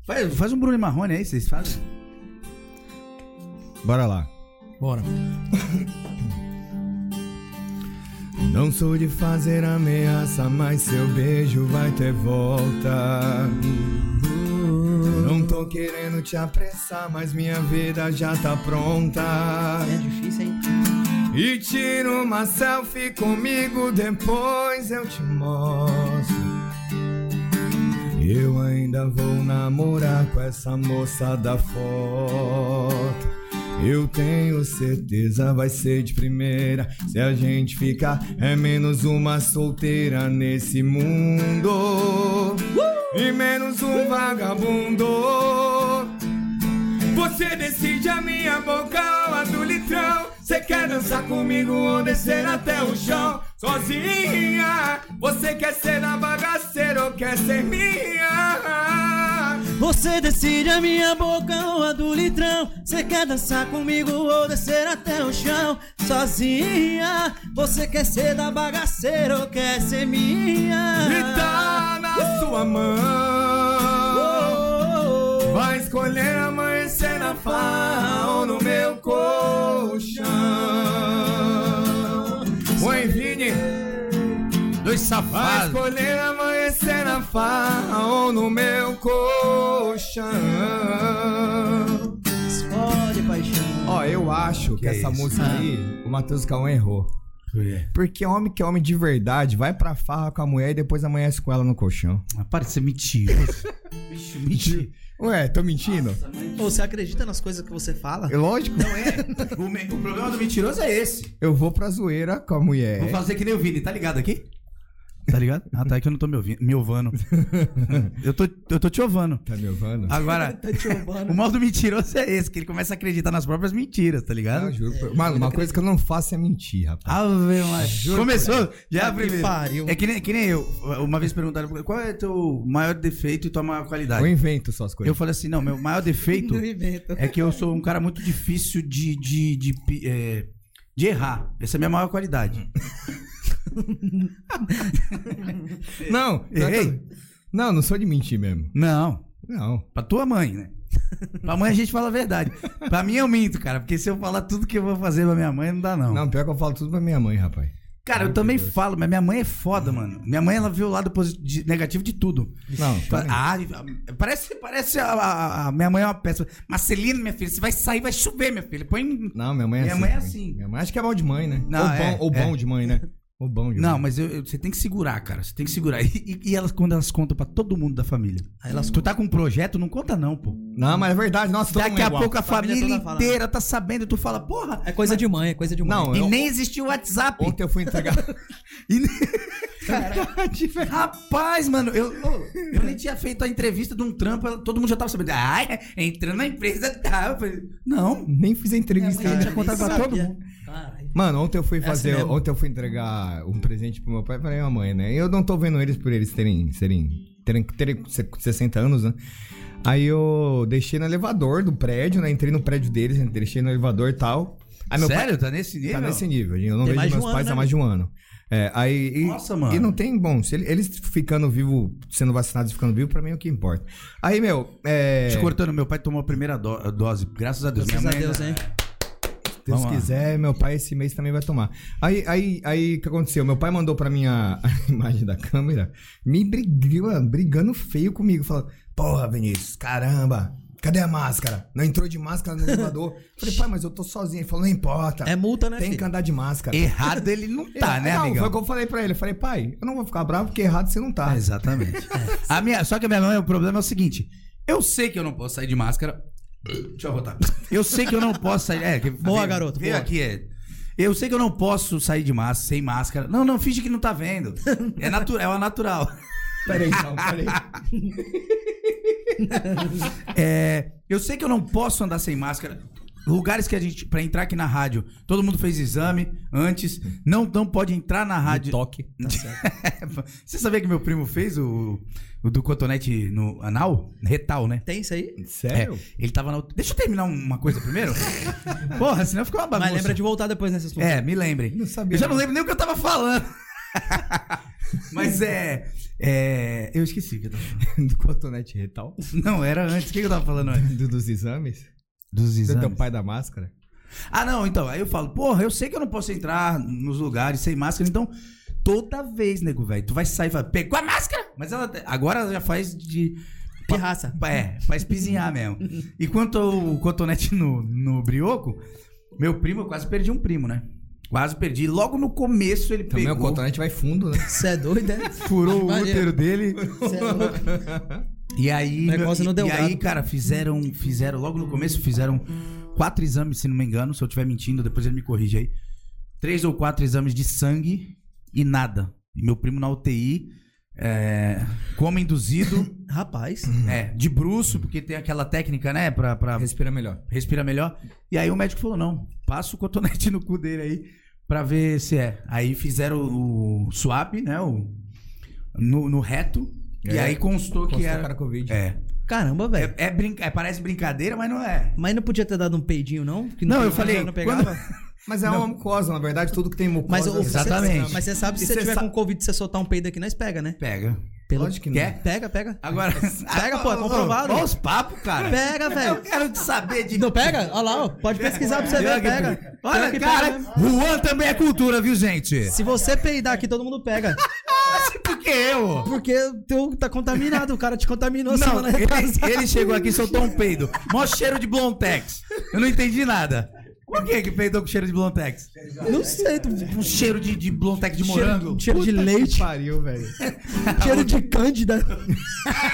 A: Faz, faz um Bruno e Marrone aí, vocês fazem.
B: Bora lá.
C: Bora.
B: Não sou de fazer ameaça, mas seu beijo vai ter volta. Não tô querendo te apressar, mas minha vida já tá pronta.
C: É difícil, hein?
B: E tira uma selfie comigo, depois eu te mostro. Eu ainda vou namorar com essa moça da foto. Eu tenho certeza vai ser de primeira. Se a gente ficar, é menos uma solteira nesse mundo. E menos um vagabundo. Você decide a minha boca ou a do litrão. Você quer dançar comigo ou descer até o chão? Sozinha, você quer ser a bagaceira ou quer ser minha?
C: Você decide a minha boca ou a do litrão. Você quer dançar comigo ou descer até o chão? Sozinha. Você quer ser da bagaceira ou quer ser minha?
B: E tá na sua mão.
C: Oh, oh,
B: Vai escolher amanhecer na farra ou no meu colchão. Oi, Vini.
A: Dois
B: Vai
A: safados.
B: escolher amanhecer na farra ou no meu colchão.
C: oh. Escolhe, paixão.
B: Ó, eu acho que, essa música aí, o Matheus Cauã errou. Porque homem que é homem de verdade vai pra farra com a mulher e depois amanhece com ela no colchão.
A: Ah, para de ser mentiroso. Bicho, mentiroso.
B: Ué, tô mentindo?
C: Ô, Você acredita nas coisas que você fala?
B: É Lógico,
A: Não é. O, me- o problema do mentiroso é esse.
B: eu vou pra zoeira com a mulher.
A: Vou fazer que nem o Vini, tá ligado aqui? É? Tá ligado? Ah, tá, é que eu não tô me ouvindo, me ovando. Eu tô, eu tô te ovando.
B: Tá me ouvindo?
A: Agora,
C: Tá te roubando.
A: o mal do mentiroso é esse, que ele começa a acreditar nas próprias mentiras, tá ligado?
B: Eu juro. por- Mano, uma coisa que eu não faço é mentir,
A: Ah,
B: rapaz.
A: Ave Maria. Começou? Já
C: Tá que
A: primeiro.
C: pariu.
A: É que nem, que nem eu. Uma vez perguntaram pra mim, qual é teu maior defeito e tua maior
B: Eu
A: qualidade.
B: invento suas
A: Eu
B: coisas.
A: falei assim, não, meu maior defeito
C: Não inventa.
A: é que eu sou um cara muito difícil de, de, de, pi- é, de errar. Essa é a minha maior qualidade.
B: Não,
A: Errei?
B: Não, não sou de mentir mesmo.
A: Não,
B: Não.
A: pra tua mãe, né? Pra mãe a gente fala a verdade. Pra mim eu minto, cara, porque se eu falar tudo que eu vou fazer pra minha mãe, não dá não.
B: Não, pior que eu falo tudo pra minha mãe, rapaz.
A: Cara, eu também falo, mas minha mãe é foda, mano. Minha mãe, ela vê o lado posi- de- negativo de tudo.
B: Não,
A: Fala, Ah, parece, parece a, a- a- minha mãe é uma peça. Marcelino, minha filha, você vai sair, vai chover, minha filha. Põe. em-
B: Não, minha mãe é
A: Minha
B: assim.
A: mãe é
B: também.
A: assim.
B: Minha mãe acho que é mal de mãe, né?
A: Não,
B: ou bom,
A: é,
B: ou
A: é.
B: bom de mãe, né? Ou bom de
A: Não,
B: mãe.
A: mas eu- eu- você tem que segurar, cara. Você tem que segurar. E, e- e elas, quando elas contam pra todo mundo da família.
C: Aí elas
A: Tu tá com um projeto, não conta, não, pô.
B: Não, mas é verdade. Nossa, todo mundo
A: Daqui
B: é
A: a
B: igual.
A: pouco a
C: Família
A: família,
C: toda fala.
A: inteira tá sabendo. Tu fala, porra.
C: É coisa de mãe, é coisa de mãe.
B: Não,
A: E
B: eu-
A: nem existiu o WhatsApp.
B: Ontem eu fui entregar.
A: E nem- Rapaz, mano, eu, eu, eu nem tinha feito a entrevista de um trampo, ela- todo mundo já tava sabendo. Ai, entrando na empresa tá. Eu falei, Não.
B: Nem fiz a entrevista.
C: Minha mãe
A: é
B: né?
C: já contava
A: pra todo
C: mundo. Caralho.
B: Mano, ontem
A: É
B: eu fui
C: assim
B: fazer.
C: mesmo.
B: ontem eu fui entregar um presente pro meu pai e pra minha mãe, né? Eu não tô vendo eles por eles terem. serem. terem, terem se- 60 anos, né? Aí eu deixei no elevador do prédio, né? Entrei no prédio deles, né? deixei no elevador e tal. Aí meu
A: Sério? Tá nesse
B: pai
A: nível?
B: tá nesse nível. Eu não
C: Tem mais
B: vejo
C: de
B: meus
C: um ano,
B: pais
C: né,
B: há mais de um ano. É, aí, e-
A: Nossa, mano.
B: E não tem, bom, se ele- eles ficando vivo, sendo vacinados e ficando vivo, pra mim é o que importa. Aí, meu, é,
A: Te cortando, meu pai tomou a primeira do- dose. Graças a Deus.
C: Graças a
A: Minha mãe
C: Deus,
A: ainda-
C: hein?
B: se Deus
A: Vamos lá.
B: quiser, meu pai esse mês também vai tomar. Aí, aí, aí, o que aconteceu? Meu pai mandou pra mim a, a imagem da câmera, me brigou, brigando feio comigo, falando, porra, Vinícius, caramba... Cadê a máscara? Não entrou de máscara no elevador. Falei, pai, mas eu tô sozinho. Ele falou, não importa.
C: É multa, né,
B: Tem que
C: filho?
B: andar de máscara.
A: Errado ele não assim, tá, né,
B: não, Foi o
A: amigão?
B: que eu falei pra ele. Eu falei, pai, eu não vou ficar bravo porque errado você não tá.
A: Ah, exatamente.
C: É.
A: a minha, só que a minha mãe, o problema é o seguinte: eu sei que eu não posso sair de máscara. Deixa eu voltar. Eu sei que eu não posso sair. É, que-
C: Boa,
A: veio-
C: garoto,
A: veio
C: boa.
A: aqui, é. Eu sei que eu não posso sair de máscara, sem máscara. Não, não, finge que não tá vendo. É, natu é uma natural.
B: Peraí, então, peraí.
A: É, eu sei que eu não posso andar sem máscara. Lugares que a gente. Pra entrar aqui na rádio, todo mundo fez exame antes. Não, não pode entrar na rádio.
C: Toque. Tá certo.
A: Você sabia que meu primo fez o, o do cotonete no anal? Retal, né?
C: Tem isso aí?
B: Sério?
A: Ele tava na. UTI. Deixa eu terminar uma coisa primeiro. Porra, senão ficou uma bagunça.
C: Mas lembra de voltar depois nesse assunto.
A: É, me lembrem.
B: Não sabia,
A: Eu já
B: não.
A: não lembro nem o que eu tava falando. Mas é, é. Eu esqueci o que eu tava falando.
B: Do cotonete retal?
A: Não, era antes. O que eu tava falando antes? Então,
B: Do- dos exames?
A: Dos
B: Do
A: exames.
B: teu pai da máscara?
A: Ah, não, então. Aí eu falo, porra, eu sei que eu não posso entrar nos lugares sem máscara, então. Toda vez, nego, velho, tu vai sair e fala, pegou a máscara! Mas ela agora ela já faz de.
C: Que raça.
A: É, faz pizinhar mesmo. E quanto ao cotonete no, no brioco, meu primo, eu quase perdi um primo, né? Quase perdi. Logo no começo ele
B: Também é um o
A: pegou,
B: cotonete vai fundo, né?
C: Você é doido, né?
A: furou o
C: Imagina.
A: útero dele.
C: Você é louco.
A: E aí,
C: O negócio
A: meu-
C: não deu
A: e, e aí,
C: dado.
A: cara, fizeram, fizeram, logo no começo fizeram quatro exames, se não me engano, se eu estiver mentindo, depois ele me corrige aí. Três ou quatro exames de sangue e nada. E meu primo na UTI, é, coma induzido,
C: Rapaz.
A: é, de bruxo, porque tem aquela técnica, né, pra, pra
B: Respira melhor.
A: respira melhor. E aí o médico falou: não, passa o cotonete no cu dele aí pra ver se é. Aí fizeram o o swab, né? O, no, no reto. e
B: É,
A: aí constou que
B: Constou
A: era.
B: para Covid.
A: É.
C: Caramba, velho.
A: É, é brinca- é, parece brincadeira, mas não é.
C: Mas não podia ter dado um peidinho, não? Que
A: Não, eu
C: pegava,
A: falei,
C: Não pegava?
B: Mas é uma mucosa, na verdade, tudo que tem mucosa... né?
C: Mas, o-
A: Exatamente.
C: Você, mas você sabe se
B: E
C: você
B: você
C: tiver
B: sa-
C: com Covid e você soltar um peido aqui, nós pega, né?
A: Pega.
B: Lógico que não.
A: Quer?
C: Pega, pega.
A: Agora.
C: Pega, pô, é comprovado.
A: Olha os papos, cara.
C: Pega,
A: Eu
C: velho.
A: quero te saber de.
C: Não pega? Olha lá, ó. Pode pesquisar pra você ver. Pega.
A: Olha,
C: Pior que pega né?
A: cara.
C: mesmo.
A: Juan também é cultura, viu, gente?
C: Se você peidar aqui, todo mundo pega.
A: Porque eu.
C: Porque o teu tá contaminado, o cara te contaminou
A: Não,
C: semana
A: ele, ele chegou aqui e soltou um peido. Mó cheiro de Blontex. Eu não entendi nada. Por que que peidou com cheiro de Blontex?
C: Não sei, tu...
A: Um cheiro de, de Blontex de
C: Cheiro-
A: morango.
C: Cheiro de
B: Puta que
C: leite,
B: pariu, velho.
C: cheiro de cândida.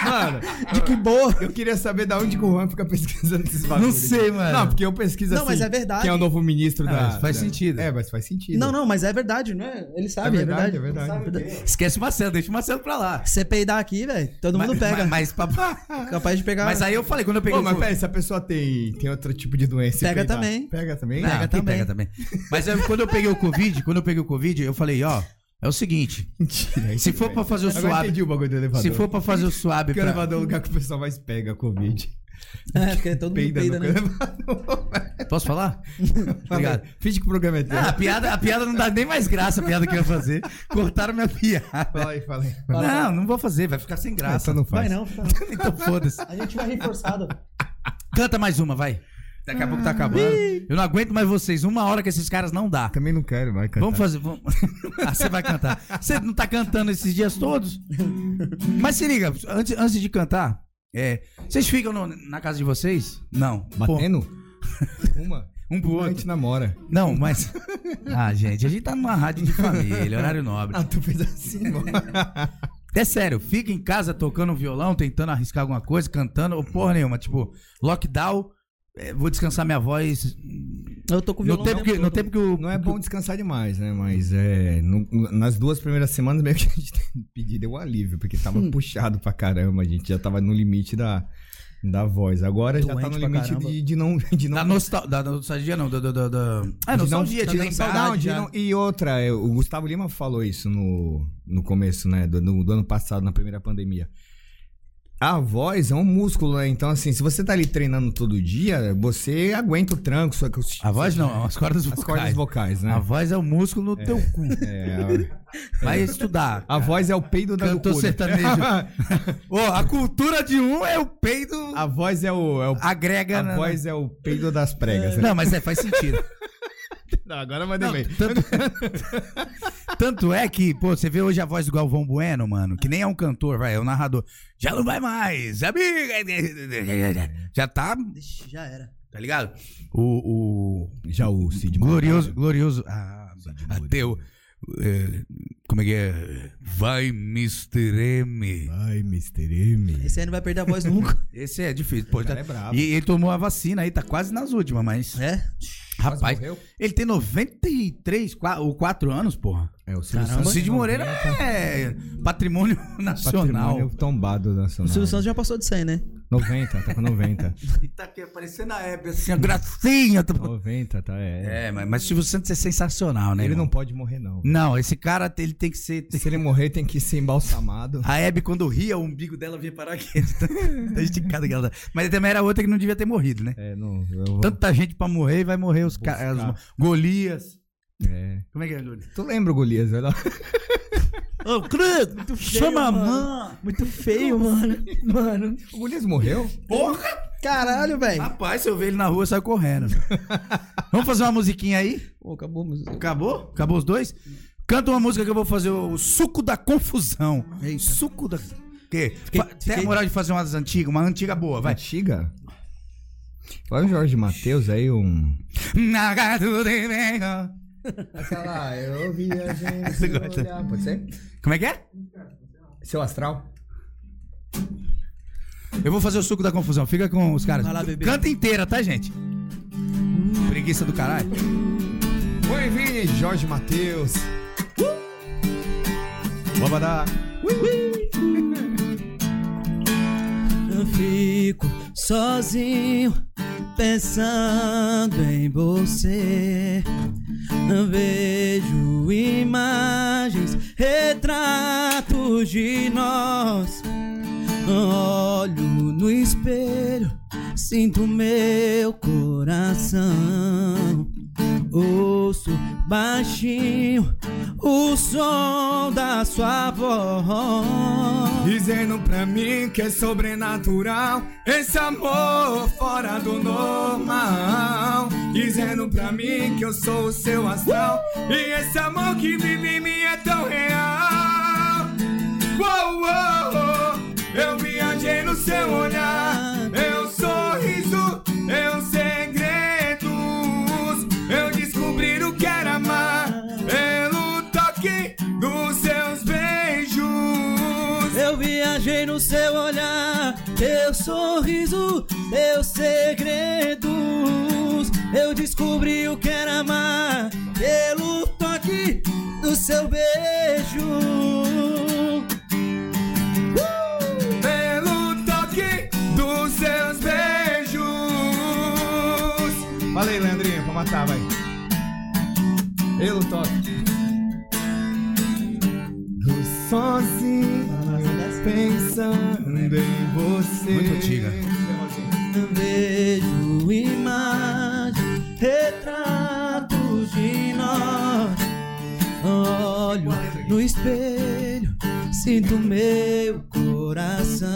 B: Mano,
C: De que boa.
B: eu queria saber da onde que o Juan fica pesquisando esses bagulhos.
A: sei, mano.
B: Não, porque eu pesquiso
C: Não,
B: assim...
C: mas é verdade.
B: Quem é o novo ministro
A: Não,
B: da...
A: mas faz
B: da-
A: sentido.
B: É, mas faz sentido.
C: Não, não, mas é verdade, não é? Ele sabe, é verdade.
B: é verdade.
C: É verdade.
A: Esquece o Marcelo, deixa o Marcelo pra lá.
C: Você peidar aqui, velho, todo mundo
A: Mas-
C: pega.
A: Mas, mas,
C: Capaz de pegar.
A: mas aí eu falei, quando eu peguei
B: Ô,
A: o
B: mas
A: Covid-
B: peraí, se a pessoa tem, tem outro tipo de doença. e
C: Pega
B: peidar,
C: também.
B: Pega também?
A: Não, aqui pega também. Mas eu- quando eu peguei o Covid, quando eu peguei o Covid, eu falei, ó, é o seguinte,
B: Mentira. aí
A: se
B: tudo
A: for
B: bem.
A: pra fazer o
B: Agora eu
A: swab,
B: entendi o bagulho do elevador.
A: se for pra fazer o swab
B: Porque o
A: pra...
B: elevador é o lugar que o pessoal mais pega Covid.
C: É, porque todo mundo
B: Peida,
C: peida,
B: no
C: né?
B: elevador.
A: Posso falar? Obrigado.
B: Finge que o programa é teu.
A: Ah, a piada, a piada não dá nem mais graça, a piada que eu ia fazer. Cortaram minha piada.
B: Fala aí, fala aí.
A: Não, não vou fazer, vai ficar sem graça.
B: Essa não faz.
C: Vai não, fica-
A: Então foda-se.
C: a gente vai reforçado.
A: Canta mais uma, vai. Daqui a pouco tá acabando. Eu não aguento mais vocês. Uma hora que esses caras não dá.
B: Também não quero, vai, cara.
A: Vamos fazer. Vamos... Ah, você vai cantar. Você não tá cantando esses dias todos? Mas se liga, antes, antes de cantar, é, vocês ficam no- na casa de vocês? Não.
B: Batendo? Uma?
A: Pô, um pro
B: A
A: outro.
B: gente namora.
A: Não, mas. Ah, gente, a gente tá numa rádio de família, é horário nobre.
B: Ah, tu fez assim, mano.
A: É sério, fica em casa tocando um violão, tentando arriscar alguma coisa, cantando, ou porra nenhuma. Tipo, lockdown, é, vou descansar minha voz.
C: Eu tô com o
A: No
C: violão.
A: tempo, que, no tempo que o.
B: Não é bom descansar demais, né? Mas é. no- nas duas primeiras semanas, meio que a gente tem pedido deu um alívio, porque tava puxado pra caramba, a gente já tava no limite da, da voz. Agora já tá
C: Doente
B: no
C: pra
B: limite
C: caramba.
B: de, de não. De não
A: Da, nostal... da nostalgia, não. Da, da, da, da... Ah,
B: de
A: nostalgia,
B: não-
A: de
B: de não-
A: lembrar.
B: não, de não- E outra, é, o Gustavo Lima falou isso no, no começo, né? Do, do- do ano passado, na primeira pandemia. A voz é um músculo, né? Então, assim, se você tá ali treinando todo dia, você aguenta o tranco, só que os-
A: A voz não, as cordas
B: as
A: vocais.
B: cordas vocais, né?
A: A voz é o músculo no teu cu.
B: É,
A: Vai estudar.
B: a, a voz é o peido da
A: Cantor
B: loucura.
A: sertanejo. Ô, a cultura de um é o peido.
B: a voz é o. É o
A: Agrega
B: a
A: na-
B: voz é o peido das pregas. né?
A: Não, mas é, faz sentido.
B: Não, agora mandei
A: Não, tanto, tanto é que, pô, você vê hoje a voz do Galvão Bueno, mano, que nem é um cantor, vai, é um narrador. Já não vai mais, amiga. Já tá,
C: Ixi, já era.
A: tá ligado? O, o
B: Já o Cid
A: glorioso, glorioso, ah, ateu, eh, como é que é? Vai, Mr. M.
B: Ai, Mr. M.
C: Esse aí não vai perder a voz nunca.
A: Esse é difícil, pô.
B: cara
A: tá-
B: é brabo.
A: E ele tomou a vacina aí, tá quase nas últimas, mas.
C: É?
A: Rapaz, ele tem 93 qua- ou 4 anos, porra.
B: É o Silvio
A: O
B: Santos.
A: Cid Moreira é patrimônio nacional.
B: Patrimônio tombado
C: O
B: nacional.
C: Silvio Santos já passou de 100, né?
B: 90, tá com 90.
A: E tá aqui aparecendo a Hebe, assim, ó, gracinha. Tá-
B: 90, tá, é.
A: É, mas, mas o Silvio Santos é sensacional, né?
B: Ele não
A: irmão?
B: pode morrer, não.
A: Não, esse cara ele tem que ser.
B: Se ele morrer, tem que ser embalsamado.
A: A Hebe, quando ria, o umbigo dela vinha parar aqui. tá esticada que ela tá. Mas também era outra que não devia ter morrido, né?
B: É, não. Eu vou...
A: Tanta gente pra morrer e vai morrer os
B: Buscar.
A: caras. Golias.
B: É.
A: Como é que é, Golias?
B: Tu lembra o Golias, olha lá.
C: Ô, Cruz! Muito feio,
A: Chama a
C: mano.
A: mãe.
C: Muito feio, mano. Mano.
B: O Golias morreu?
A: Porra!
C: Caralho, velho.
A: Rapaz, se eu ver ele na rua, sai correndo. Vamos fazer uma musiquinha aí?
C: Pô, acabou a música.
A: Acabou? Acabou os dois? Canta uma música que eu vou fazer o suco da confusão.
C: Eita.
A: Suco da. Que?
C: Fiquei-
A: Fa- Tem
C: fiquei-
A: a moral de fazer uma das antigas, uma antiga boa, vai.
B: Antiga? Olha o Jorge Matheus aí, um. Aquela, eu vi a gente.
A: se gosta?
B: Pode ser?
A: Como é que é?
B: Seu astral?
A: Eu vou fazer o suco da confusão. Fica com os caras.
C: Vai lá, bebê.
A: Canta inteira, tá, gente? Preguiça do caralho.
B: Oi, Vini, Jorge Matheus. Babadá.
C: Eu fico sozinho pensando em você. Eu vejo imagens, retratos de nós. Olho no espelho, sinto meu coração. Ouço baixinho o som da sua voz.
B: Dizendo pra mim que é sobrenatural Esse amor fora do normal Dizendo pra mim que eu sou o seu astral E esse amor que vive em mim é tão real Uou, uou, uou. Eu viajei no seu olhar É um sorriso, é um segredos Eu descobri o que era amar Pelo toque dos seus beijos
C: Eu viajei no seu olhar, teu sorriso, teus segredos. Eu descobri o que era amar pelo toque do seu beijo.
B: pelo toque dos seus beijos. Falei, Leandrinho, pra matar, vai. Pelo toque. Tô sozinho assim pensando em você.
A: Muito antiga.
C: Vejo imagens, retratos de nós. Olho no espelho, sinto meu coração.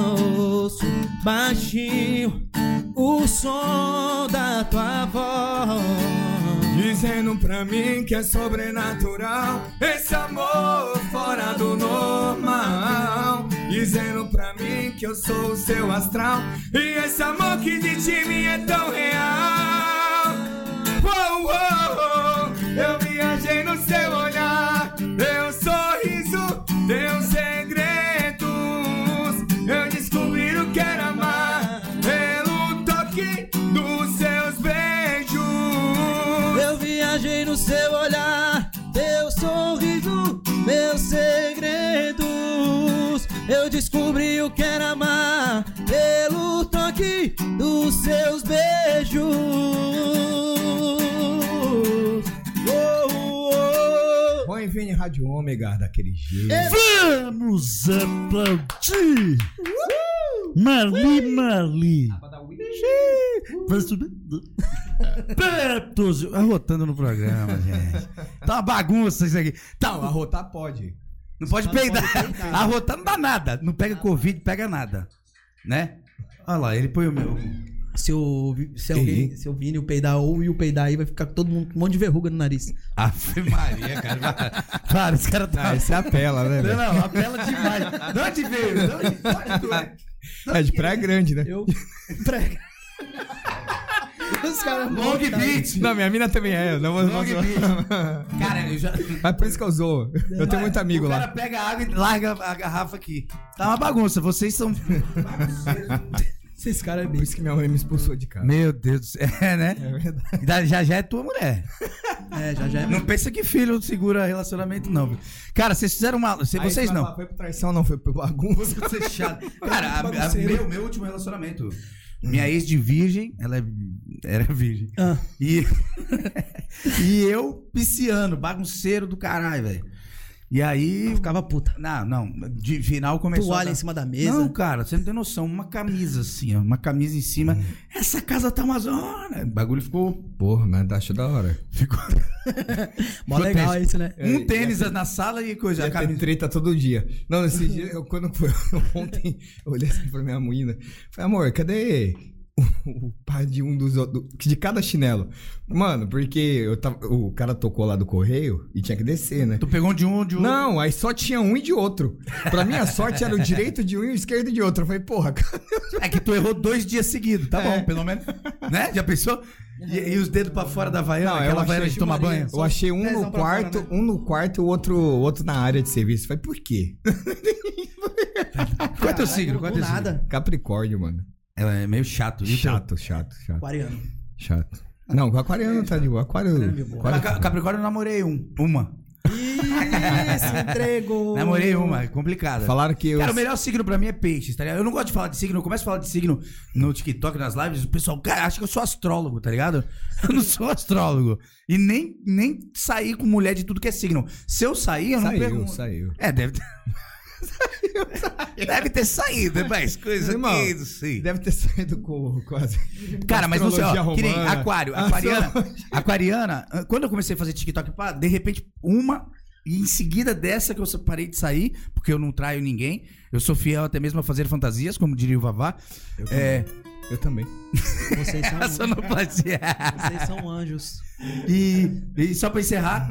C: Ouço baixinho o som da tua voz.
B: Dizendo pra mim que é sobrenatural Esse amor fora do normal Dizendo pra mim que eu sou o seu astral E esse amor que de ti me é tão real Uou, uou, uou. Eu viajei no seu olhar Teu sorriso, teus segredos Eu descobri o que era amar Pelo toque dos seus beijos
C: Eu viajei no seu olhar, teu sorriso, meus segredos. Eu descobri o que era amar pelo toque dos seus beijos. Oh, oh, oh.
B: Põe Vini Rádio Ômega daquele jeito.
A: É.
H: Vamos aplaudir! Marli, Marli! Vai subir.
A: Petos, arrotando no programa, gente. Tá uma bagunça isso aqui. Tá,
B: Não, arrotar pode.
A: não pode peidar. Arrotar não dá nada. Não pega Covid, pega nada. Né? Olha lá, ele põe o meu.
C: Se eu, se, alguém, se eu Vini o peidar ou o Will peidar aí, vai ficar todo mundo com um monte de verruga no nariz.
A: Ave Maria, cara. Claro, esse cara tá.
B: Ah, esse é a pela, né,
A: Não,
B: velho?
A: não, apela demais. De onde veio? De onde, de onde tu é?
B: É de praia grande, né?
C: Eu. Prega. Os caras.
A: Long Beach.
B: Não, minha mina também é. Não, vou-
A: Long
B: vou-
A: Beach. Cara, eu já.
B: Mas por isso que eu zoo. Eu tenho muito amigo
A: o
B: lá.
A: cara pega a água e larga a garrafa aqui. Tá uma bagunça, vocês são.
C: Esses caras é
B: Por isso que minha mãe me expulsou de casa.
A: Meu Deus do céu. É, né?
B: É verdade.
A: Da- Já já é tua mulher.
C: É, já já é.
A: Não pensa que filho segura relacionamento, não. viu? Cara, vocês fizeram uma. se- Vocês
B: Aí,
A: não.
B: Foi por traição, não. Foi por bagunça.
A: Vocês é chato. Cara, a- a-
C: Bagunceiro.
A: meu, meu último relacionamento. Minha ex de virgem, ela é- era virgem.
C: Ah.
A: E, e eu, pisciano, bagunceiro do caralho, velho. E aí.
C: Ficava puta.
A: Não, não. De final começou. a
C: Toalha
A: dar-
C: em cima da mesa.
A: Não, cara, você não tem noção. Uma camisa assim, ó. Uma camisa em cima. Essa casa tá uma zona. O bagulho ficou.
B: Porra, mas acho da hora.
C: Mó legal isso, né?
A: um tênis na sala e coisa.
B: Já
A: A
B: tem
A: camisa.
B: treta todo dia. Não,
A: Uhum.
B: nesse dia, eu, quando foi ontem, eu olhei assim pra minha moína. Falei, amor, cadê o, o par de um dos outros, de cada chinelo? Mano, porque eu tava, o cara tocou lá do correio e tinha que descer, né?
A: Tu pegou de um, de outro.
B: Não, aí só tinha um e de outro. Pra minha sorte era o direito de um e o esquerdo de outro. Eu falei, porra, cara.
A: É que tu errou dois dias seguidos, tá bom, pelo menos. Né? Já pensou? E, e os dedos pra fora da vaiana, aquela vaiana de tomar banho.
B: Eu achei um
A: Dezão
B: no
A: pra fora,
B: quarto,
A: né?
B: um no quarto e o outro, outro na área de serviço. Eu falei, por quê?
A: Qual é teu signo? Qual é
C: Do
A: teu signo?
C: nada.
B: Capricórnio, mano.
A: Ela é meio chato. viu?
B: Chato, chato, chato.
C: Aquariano.
B: Chato. Não, o aquariano tá de boa.
C: de
B: Aquário.
C: boa.
A: Mas
B: aquário
A: Ca- Capricórnio eu namorei um. Uma.
C: Isso, entregou.
A: Namorei uma, é complicada.
B: Falaram que eu.
A: Cara, o melhor signo pra mim é peixe, tá ligado? Eu não gosto de falar de signo, eu começo a falar de signo no TikTok, nas lives, o pessoal, cara, acha que eu sou astrólogo, tá ligado? Eu não sou astrólogo. E nem, nem saí com mulher de tudo que é signo. Se eu sair, eu não
B: saiu,
A: pergunto.
B: saiu.
A: É, deve ter. Deve ter saído, mas coisa
B: Irmão,
A: que não sei.
B: Deve ter saído com quase.
A: Cara, mas não sei, ó,
B: Astrologia
A: que nem
B: romana.
A: aquário,
C: Ah,
A: aquariana, aquariana, ah, quando eu comecei a fazer TikTok, pá, de repente uma e em seguida dessa que eu parei de sair, porque eu não traio ninguém, eu sou fiel até mesmo a fazer fantasias, como diria o Vavá. É,
B: Eu também.
C: Vocês são,
A: a sonoplastia.
C: vocês são anjos.
A: E, e só pra encerrar,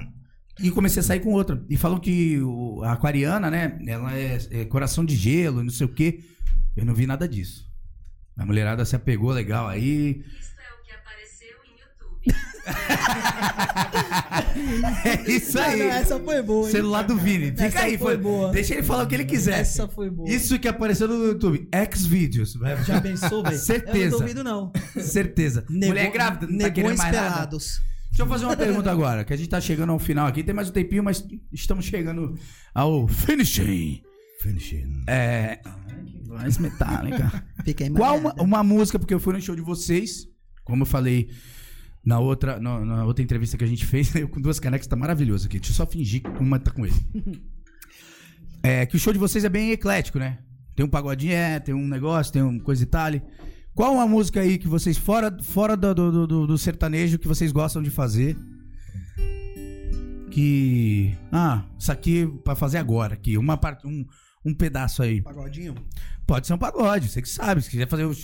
A: e comecei a sair com outra. E falam que o- a aquariana, né? Ela é, é coração de gelo, não sei o quê. Eu não vi nada disso. A mulherada se apegou legal aí. É isso
C: Ah,
A: aí.
C: não, essa foi boa. hein?
A: Celular do Vini. Fica
C: Essa
A: aí.
C: foi
A: Foi
C: boa.
A: Deixa ele falar o que ele quiser.
C: Essa foi boa.
A: Isso que apareceu no YouTube. X-Videos. vai-
C: Já pensou, velho?
A: Certeza.
C: Eu não duvido, não.
A: Certeza. Mulher grávida, não tá querendo
C: negões
A: mais nada.
C: pelados.
A: Deixa eu fazer uma pergunta agora, que a gente tá chegando ao final aqui. Tem mais um tempinho, mas estamos chegando ao finishing.
B: Finishing.
A: É. Mais metálica.
C: Fica aí,
A: Qual uma, uma música, porque eu fui no show de vocês, como eu falei na outra, na, na outra entrevista que a gente fez, eu com duas canecas, tá maravilhoso aqui. Deixa eu só fingir que uma tá com ele. É que o show de vocês é bem eclético, né? Tem um pagodinho, é, tem um negócio, tem uma coisa e tal. Qual uma música aí que vocês, fora, fora do, do, do- do sertanejo, que vocês gostam de fazer? Que. Ah, isso aqui pra fazer agora, aqui. Uma parte, um, um pedaço aí.
C: Pagodinho?
A: Pode ser um pagode, você que sabe. Se quiser fazer o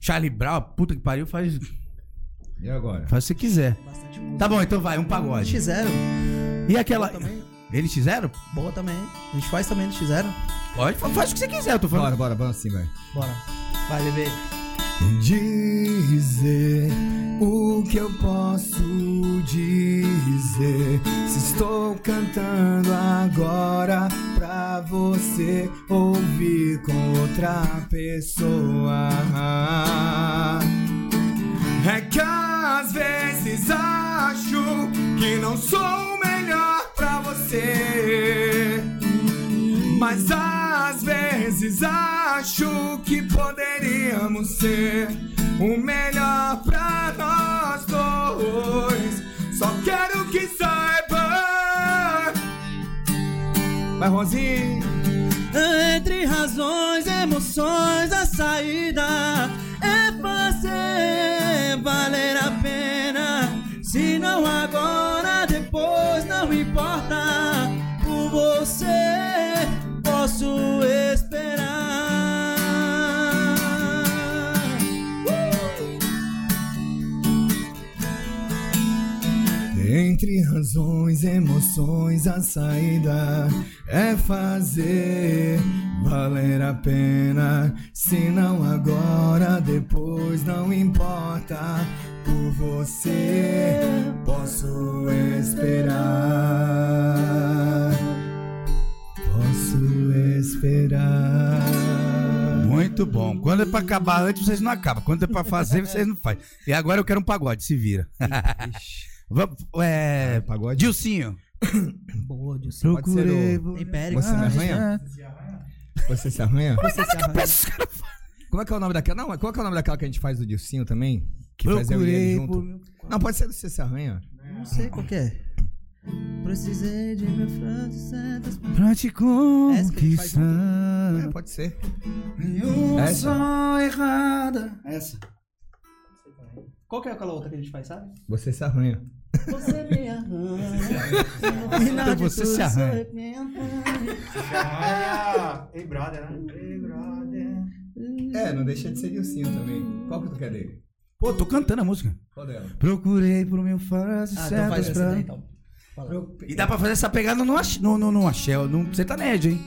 A: Charlie Brown, puta que pariu, faz,
B: E agora?
A: faz o que você quiser.
C: Bastante música.
A: Tá bom, então vai, um pagode.
C: X0.
A: E aquela.
C: Boa também.
A: Eles fizeram?
C: Boa também. A gente faz também no X0.
A: Pode, fa- faz o que você quiser, eu tô falando.
B: Bora, bora, bora assim, velho.
C: Bora. Vai, bebê.
B: Dizer o que eu posso dizer. Se estou cantando agora pra você ouvir com outra pessoa. É que às vezes acho que não sou o melhor pra você. Mas às vezes acho que poderíamos ser o melhor pra nós dois. Só quero que saiba Vai, Ronzinho.
C: Entre razões, emoções, a saída é fazer valer a pena. Se não agora, depois não importa. Por você posso esperar. Uh!
B: Entre razões, emoções, a saída é fazer valer a pena. Se não agora, depois não importa. Por você posso esperar. Posso esperar.
A: Muito bom. Quando é pra acabar antes, vocês não acabam. Quando é pra fazer, vocês não fazem. E agora eu quero um pagode, se vira. Vamos, é,
B: Pagode.
A: Dilcinho.
C: Boa, Deus.
B: Pode ser
H: Procurei.
B: o-
C: Império. Ah,
B: Você me arranha? Você se arranha? Como é que é o nome daquela? Não, qual é, que é o nome daquela que a gente faz do Dilcinho também? Que faz eu e ele
H: Procurei
B: junto.
H: por meu
B: Não, pode ser do Você se arranha.
C: Não sei qual que é. Precisei de mil frases santas.
H: pra te
C: Essa É que a gente faz
H: conquistar.
C: um
B: É, pode ser.
C: Nenhuma
B: Essa?
C: só errada. Essa. Qual que é aquela outra que a gente faz, sabe?
B: Você se arranha.
C: Você me arranha. No
B: Então
C: final de
A: Você
C: tudo,
A: se
C: sou
A: arranha.
C: eu que me arranho.
G: Ah, ei, brother, né? Ei, brother.
B: É, não deixa de ser Dilcinho também. Qual que tu quer dele?
A: Pô, tô cantando a música.
B: Qual dela?
H: Procurei por meu fase
C: Ah, então faz
H: certas
C: essa
H: pra.
C: daí, então.
A: E dá pra fazer essa pegada no, ach- no, no, no Axel, no sertanejo, hein?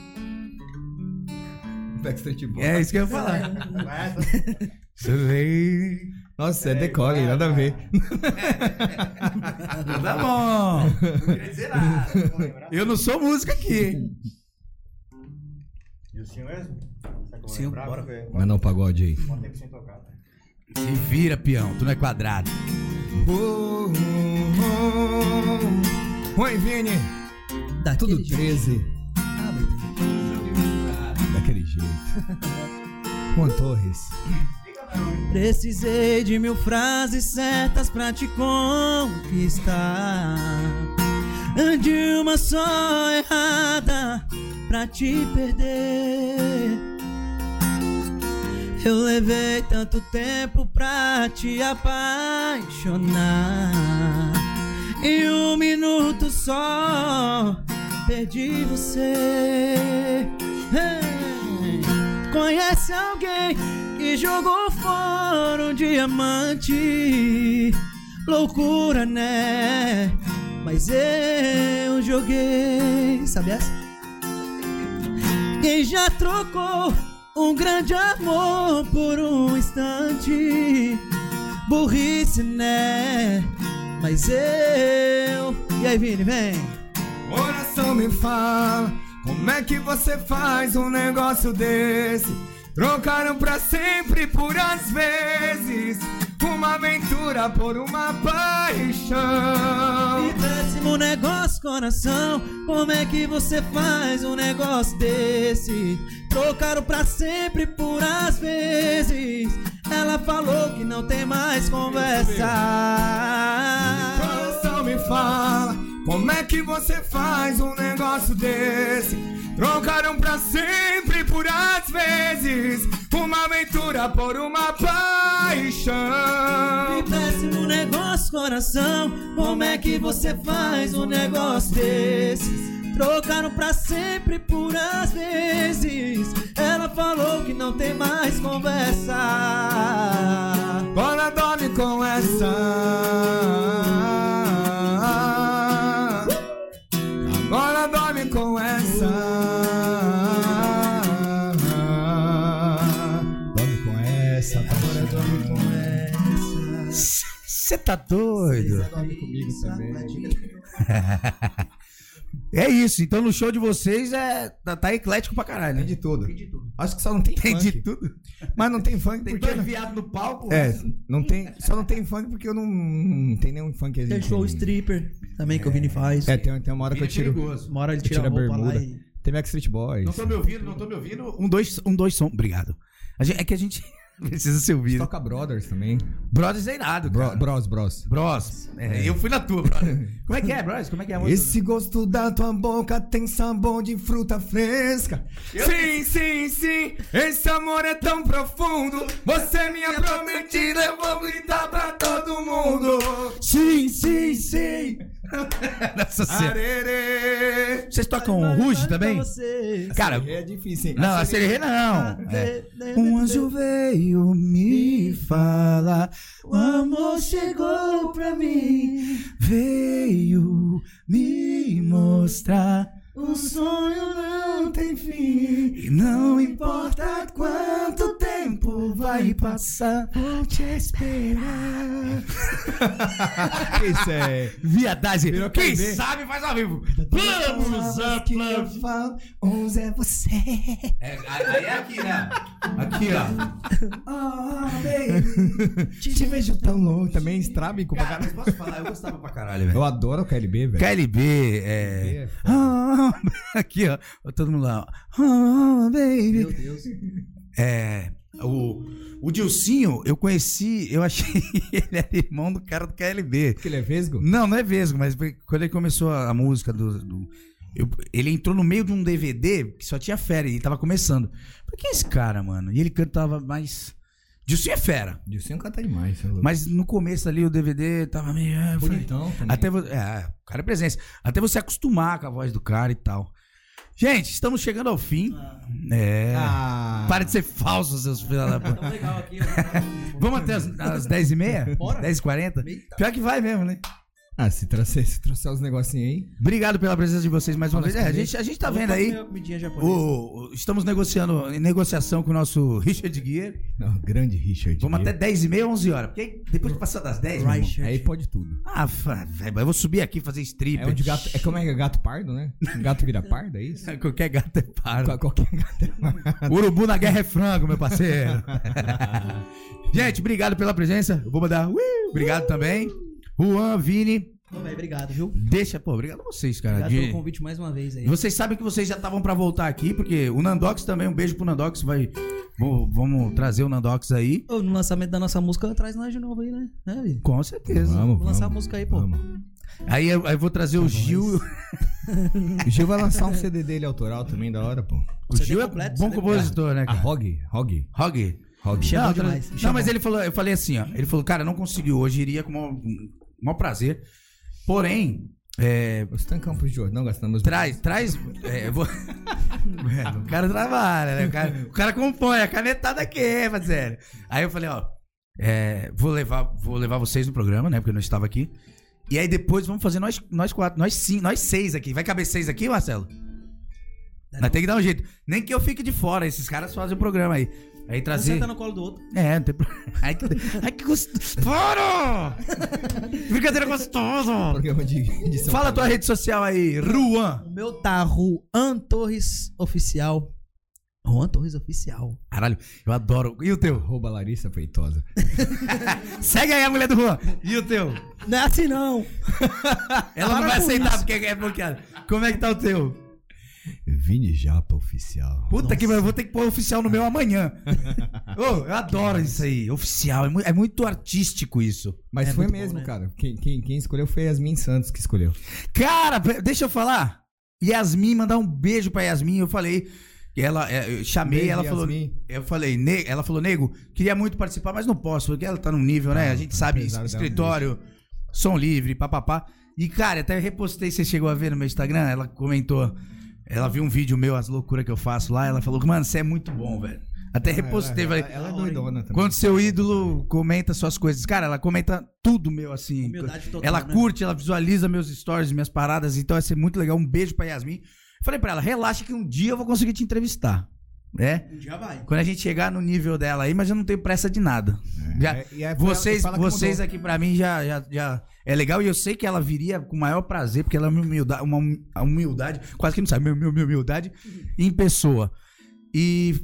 B: Backstreet Boys.
A: É isso que eu ia falar.
G: Vai, tá
B: Nossa, é decore, nada a ver.
A: tá bom.
G: certo, vou lembrar.
A: Eu não sou música aqui.
G: E o senhor mesmo? Será que eu vou
C: Sim,
G: lembrar?
C: bora.
G: Porque
B: Mas não pagode aí.
G: Quanto tempo sem tocar, tá?
A: Se vira, peão. Tu não é quadrado.
B: Oh, oh, oh. Oi, Vini.
C: Daquele
B: Tudo
C: jeito.
B: 13.
C: Ah, mas-
B: Daquele jeito. Juan Torres.
C: Precisei de mil frases certas pra te conquistar. De uma só errada pra te perder. Eu levei tanto tempo pra te apaixonar. E um minuto só perdi você. Ei, conhece alguém que jogou fora um diamante? Loucura, né? Mas eu joguei. Sabe essa? Quem já trocou um grande amor por um instante? Burrice, né? Mas eu. E aí, Vini, vem!
B: Coração me fala, como é que você faz um negócio desse? Trocaram pra sempre por às vezes, uma aventura por uma paixão.
C: Que péssimo negócio, coração. Como é que você faz um negócio desse? Trocaram pra sempre por às vezes. Ela falou que não tem mais conversa.
B: Coração me fala, como é que você faz um negócio desse? Trocaram pra sempre por às vezes, uma aventura por uma paixão.
C: Que péssimo negócio, coração. Como é que você faz um negócio desses? Trocaram pra sempre por às vezes. Ela falou que não tem mais conversa.
B: Bora dorme com essa. Agora dorme com essa. Dorme com essa. tá? Agora dorme com
A: Você tá doido?
B: comigo também.
A: É isso. Então no show de vocês é, tá, tá eclético pra caralho,
B: Tem
A: né?
B: É de tudo. Acho que só não tem,
A: Tem
B: funk.
A: de tudo.
B: Mas não tem funk
A: Tem
B: porque.
A: dois viados no palco. né?
B: É, não tem, só não tem funk porque eu não, não tem nenhum funk
C: Tem show stripper também que o Vini faz.
B: É, tem, tem uma hora que eu tiro.
A: perigoso.
C: Uma hora ele
B: Eu
C: tira a
B: tiro a
C: roupa lá
B: bermuda.
C: e.
B: Tem Backstreet Boys.
A: Não tô me ouvindo, não tô me ouvindo. Um, dois, um, dois som. Obrigado. A gente- é que a gente. Precisa ser ouvido.
B: Toca Brothers também.
A: Brothers é irado,
B: Bro-
A: cara.
B: bros, bros.
A: Bros. É, Eu fui na tua, brother. Como é que é, Bros? Como é que é a música?
B: Esse gosto da tua boca tem sabor de fruta fresca. Sim, sim, sim. Esse amor é tão profundo. Você é minha prometida, eu vou gritar pra todo mundo.
A: Sim, sim, sim. Nossa senhora.
B: Arerê.
A: Vocês tocam Ruge também? Cara,
B: É difícil, hein?
A: não, a sererê não. É. Um anjo veio me falar, o amor chegou pra mim, veio me mostrar. O sonho não tem fim, e não importa quanto tempo vai passar, vou te esperar.
B: Isso é.
A: Viadagem,
B: Virou
A: quem
B: KV.
A: sabe faz ao vivo. Vamos a plano.
B: falo, uns é você.
A: É, aí é aqui, né? Aqui, ó. Oh,
B: Te vejo tão longe. Também é estrabico pra caralho.
A: posso falar? Eu gostava pra caralho, velho.
B: Eu adoro o KLB, velho.
A: KLB, é.
B: é
A: Ah, aqui, ó. Todo mundo lá. ó. Ah, baby.
B: Deus.
A: É. O, o Dilcinho, eu conheci, eu achei ele era irmão do cara do KLB.
B: Que ele é vesgo?
A: Não, não é vesgo, mas foi quando ele começou a, a música do. do- eu- ele entrou no meio de um DVD que só tinha fera e ele tava começando. Por que é esse cara, mano? E ele cantava mais. Dilcinho é fera.
B: Dilcinho canta demais, seu louco.
A: Mas no começo ali o DVD tava meio. ah, eu falei,
B: bonitão também.
A: Até você. É, o cara é presença. Até você acostumar com a voz do cara e tal. Gente, estamos chegando ao fim. É.
B: Ah.
A: Para de ser falso, seus filhos da puta.
C: Legal aqui,
A: Vamos até as, as 10h30? 10h40? Pior que vai mesmo, né?
B: Ah, se trouxer, se trouxer os negocinhos aí.
A: Obrigado pela presença de vocês mais uma
B: Vamos
A: vez. É, a,
B: comer.
A: gente, a gente tá vendo aí.
C: Comidinha japonesa.
A: o- o- estamos negociando em negociação com o nosso Richard Gear.
B: Não, grande Richard.
A: Vamos até 10h30, 11 horas. Porque aí, depois de passar das 10 meu irmão,
C: Richard.
B: Aí pode tudo.
A: Ah, fa- velho, mas eu vou subir aqui e fazer strip.
B: É onde gato. É como é que é gato pardo, né? Gato vira pardo, é isso?
A: Qualquer gato é paro.
B: Qual- Qualquer gato é pardo.
A: Urubu na guerra é frango, meu parceiro. Gente, obrigado pela presença. Eu vou mandar. ui, Obrigado também. Juan, Vini,
C: Pô, velho, obrigado, viu?
A: deixa. Pô, obrigado a vocês, cara.
C: Obrigado
A: Tá de-
C: pelo convite mais uma vez aí.
A: Vocês sabem que vocês já estavam pra voltar aqui, porque o Nandox também, um beijo pro Nandox. Vai... Vou- Vamos trazer o Nandox aí.
C: Ô, no lançamento da nossa música, traz nós de novo aí, né? Né, Vi?
A: Com certeza.
B: Vamos,
C: Vou lançar a música aí, pô.
B: Vamos.
A: Aí eu, aí eu vou trazer o Gil.
B: O Gil vai lançar um CD dele autoral também, da hora, pô.
A: O
C: CD
A: Gil é
C: completo,
A: bom
C: CD
A: compositor, né,
B: A
A: cara?
B: Rog? Rog?
A: Rog.
B: Rog.
C: Chegou
A: não, tra-
C: demais.
A: não,
C: chegou.
A: mas ele falou, eu falei assim, ó. Ele falou, cara, não conseguiu hoje, iria com o maior, maior prazer. Porém, é,
B: Os Tan Campos de Ouro. Não gastando meus
A: Traz, traz. é, eu vou- É, o cara trabalha, né? O cara, o cara compõe, a canetada aqui, é, parceiro. Aí eu falei, ó, é, vou, levar, vou levar vocês no programa, né? Porque eu não estava aqui. E aí depois vamos fazer nós, nós quatro, nós sim, nós seis aqui. Vai caber seis aqui, Marcelo? Mas tem que dar um jeito. Nem que eu fique de fora, esses caras fazem o programa aí. Aí
C: Um
A: trazer.
C: senta no colo do outro.
A: É, não tem problema. Ai, que, ai, que gostoso. Para! Que Brincadeira gostosa!
B: Programa de, de São
A: Fala a tua
B: Paulo.
A: rede social aí, Ruan.
C: O meu tá Juan Torres Oficial. Juan Torres Oficial.
A: Caralho, eu adoro. E o teu?
B: Arroba Larissa Feitosa.
A: Segue aí a mulher do Juan. E o teu?
C: Não é assim não.
A: Ela não vai aceitar porque é bloqueado. Como é que tá o teu?
B: Vini Japa Oficial.
A: Puta que pariu, eu vou ter que pôr oficial no meu amanhã. Ô, eu adoro isso aí. Oficial, é mu- é muito, artístico isso.
B: Mas
C: É
B: foi
C: muito bom,
B: mesmo,
C: né?
B: cara. Quem, quem, quem escolheu foi Yasmin Santos que escolheu.
A: Cara, pe- deixa eu falar. Yasmin, mandar um beijo pra Yasmin. Eu falei, ela, é, eu chamei,
B: Beijo,
A: ela falou.
B: Yasmin.
A: Eu falei, ne- ela falou, nego, queria muito participar, mas não posso, porque ela tá num nível, né?
B: Ah,
A: A gente
B: tá
A: sabe,
B: pesado, dá um
A: escritório, som livre, papapá. E, cara, até repostei, você chegou a ver no meu Instagram, ela comentou, ela viu um vídeo meu, as loucuras que eu faço lá, ela falou, mano, você é muito bom, velho. Até repostei,
B: ela,
A: falei,
B: ela, ela é doidona também.
A: quando seu ídolo comenta suas coisas, cara, ela comenta tudo meu, assim.
C: Humildade total,
A: ela
C: né?
A: curte, ela visualiza meus stories, minhas paradas, então vai ser muito legal. Um beijo pra Yasmin. Falei pra ela, relaxa que um dia eu vou conseguir te entrevistar, né?
C: Um dia vai.
A: Quando a gente chegar no nível dela aí, mas eu não tenho pressa de nada. Já-
B: É, e aí foi
A: vocês
B: ela que fala que
A: vocês
B: mudou.
A: aqui pra mim já, já, já é legal e eu sei que ela viria com o maior prazer, porque ela é uma humildade, uma hum- a humildade quase que não sabe, minha humildade
C: Uhum.
A: em pessoa. E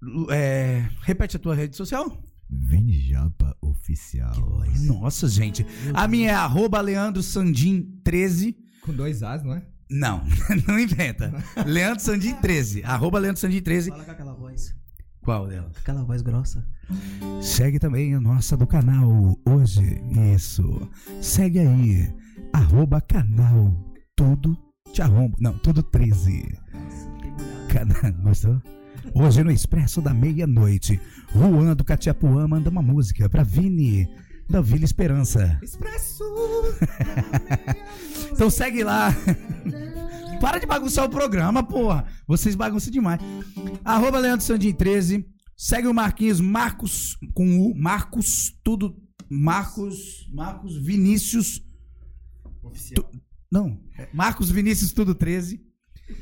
A: lu- é, repete a tua rede social.
B: Vini Japa Oficial.
C: é.
A: Nossa, gente. A minha é arroba leandrosandim13.
B: Com dois As, não é?
A: Não, não inventa. Leandro Sandim 13. Arroba Leandro Sandim 13.
C: Fala com aquela voz.
A: Qual dela?
C: Aquela voz grossa.
A: Segue também a nossa do canal hoje. Isso. Segue aí. Arroba canal Tudo Te Arromba. Não, Tudo 13. Cana- Gostou? Hoje no Expresso da Meia-Noite. Juan do Catiapuã manda uma música pra Vini da Vila Esperança.
I: Expresso.
A: Então segue lá. Para de bagunçar o programa, porra. Vocês bagunçam demais. Arroba Leandro Sandin 13. Segue o Marquinhos Marcos com o Marcos tudo Marcos Marcos Vinícius Tu- não, é Marcos Vinícius tudo 13.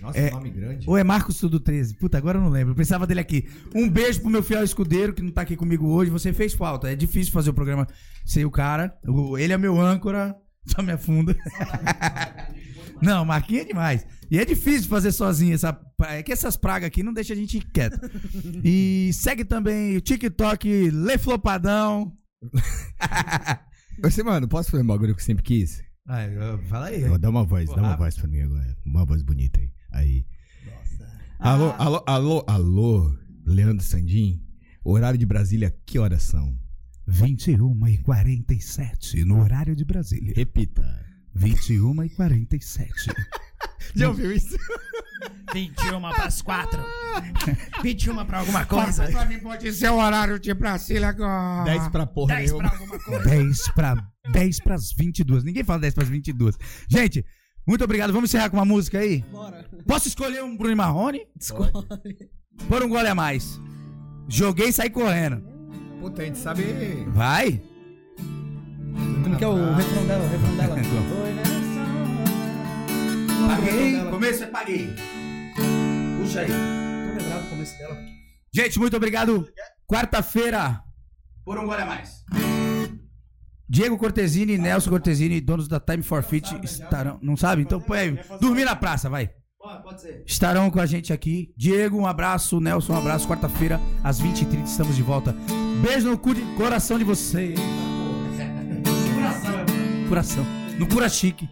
B: Nossa, nome grande.
A: Ou é Marcos Tudo 13? Puta, agora eu não lembro. Eu precisava dele aqui. Um beijo pro meu fiel escudeiro que não tá aqui comigo hoje. Você fez falta. É difícil fazer o programa sem o cara. O- Ele é meu âncora. Só me afunda. não, Marquinhos é demais. E é difícil fazer sozinho essa. pra- É que essas pragas aqui não deixam a gente quieto. E segue também o TikTok Leflopadão.
B: Você, mano, posso fazer um bagulho que eu sempre quis?
A: Ah, eu- fala
J: É.
A: aí.
B: Dá uma voz, dá uma
A: rápido.
B: voz pra mim agora. Uma voz bonita aí. Aí. Alô,
J: Ah.
B: alô, alô, alô, Leandro Sandim. Horário de Brasília, que horas são?
A: 21 e 47 no horário de Brasília.
B: Repita.
A: 21 e 47.
B: Já ouviu isso?
I: 21 pras 4. 21 pra alguma coisa.
J: Pra mim pode ser o horário de Brasília agora.
B: 10 pra porra
I: 10 pra
B: nenhuma.
I: alguma coisa.
A: 10 para 10 para as 22. Ninguém fala 10 para as 22. Gente, muito obrigado. Vamos encerrar com uma música aí?
C: Bora.
A: Posso escolher um Bruno e Marrone? Por um gole a mais. Joguei e saí correndo.
B: Puta, a gente sabe.
A: Vai?
C: Como que é o refrão dela? O refrão dela. né? Foi nessa hora.
A: Paguei. Começo é paguei. Puxa aí.
C: Não lembrava o começo dela.
A: Gente, muito obrigado. Quarta-feira. Por um gole a mais. Diego Cortesini e Nelson Cortesini, donos da Time for Fit,
C: né?
A: estarão. Não sabe? Então põe aí. Dormir
C: um-
A: na praça, vai.
C: Pode ser.
A: estarão com a gente aqui. Diego, um abraço. Nelson, um abraço. Quarta-feira, às 20h30, estamos de volta. Beijo no cu de- coração de vocês. Coração. Coração. No cura chique.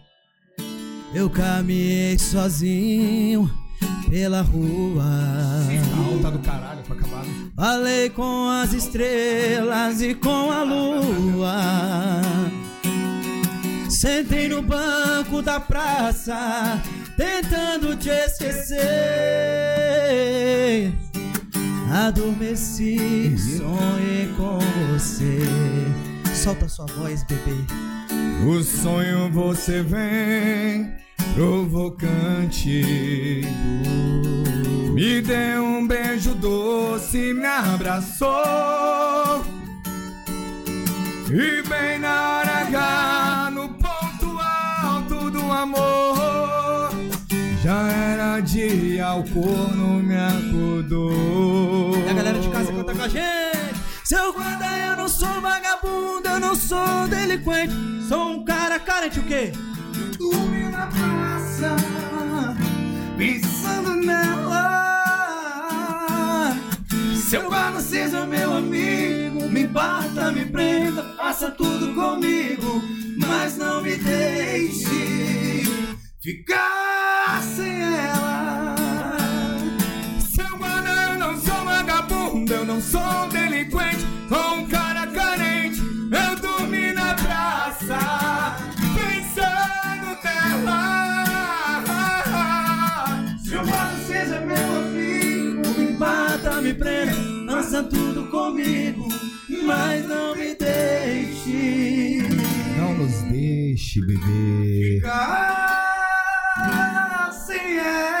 C: Eu caminhei sozinho pela rua.
B: Alta do caralho, foi acabado.
C: Falei com as estrelas e com a lua. Sentei no banco da praça, tentando te esquecer. Adormeci, sonhei com você. Solta sua voz, bebê.
B: O sonho você vem provocante. Me deu um beijo doce, me abraçou. E bem na hora H, no ponto alto do amor. Já era dia, o corno me acordou.
C: E a galera de casa canta com a gente. Seu guarda, eu não sou vagabundo, eu não sou delinquente. Sou um cara carente, o quê? Dormi na praça, pensando nela. Seu guarda, seja meu amigo, me bata, me prenda, faça tudo comigo, mas não me deixe ficar sem ela.
B: Seu mano, eu não sou vagabundo, eu não sou delinquente, sou um cara carente. Eu dormi na praça, pensando nela.
C: Seu lado seja meu amigo, me mata, me prenda, lança tudo comigo, mas não me deixe.
B: Não nos deixe, bebê.
C: ficar Sem ela.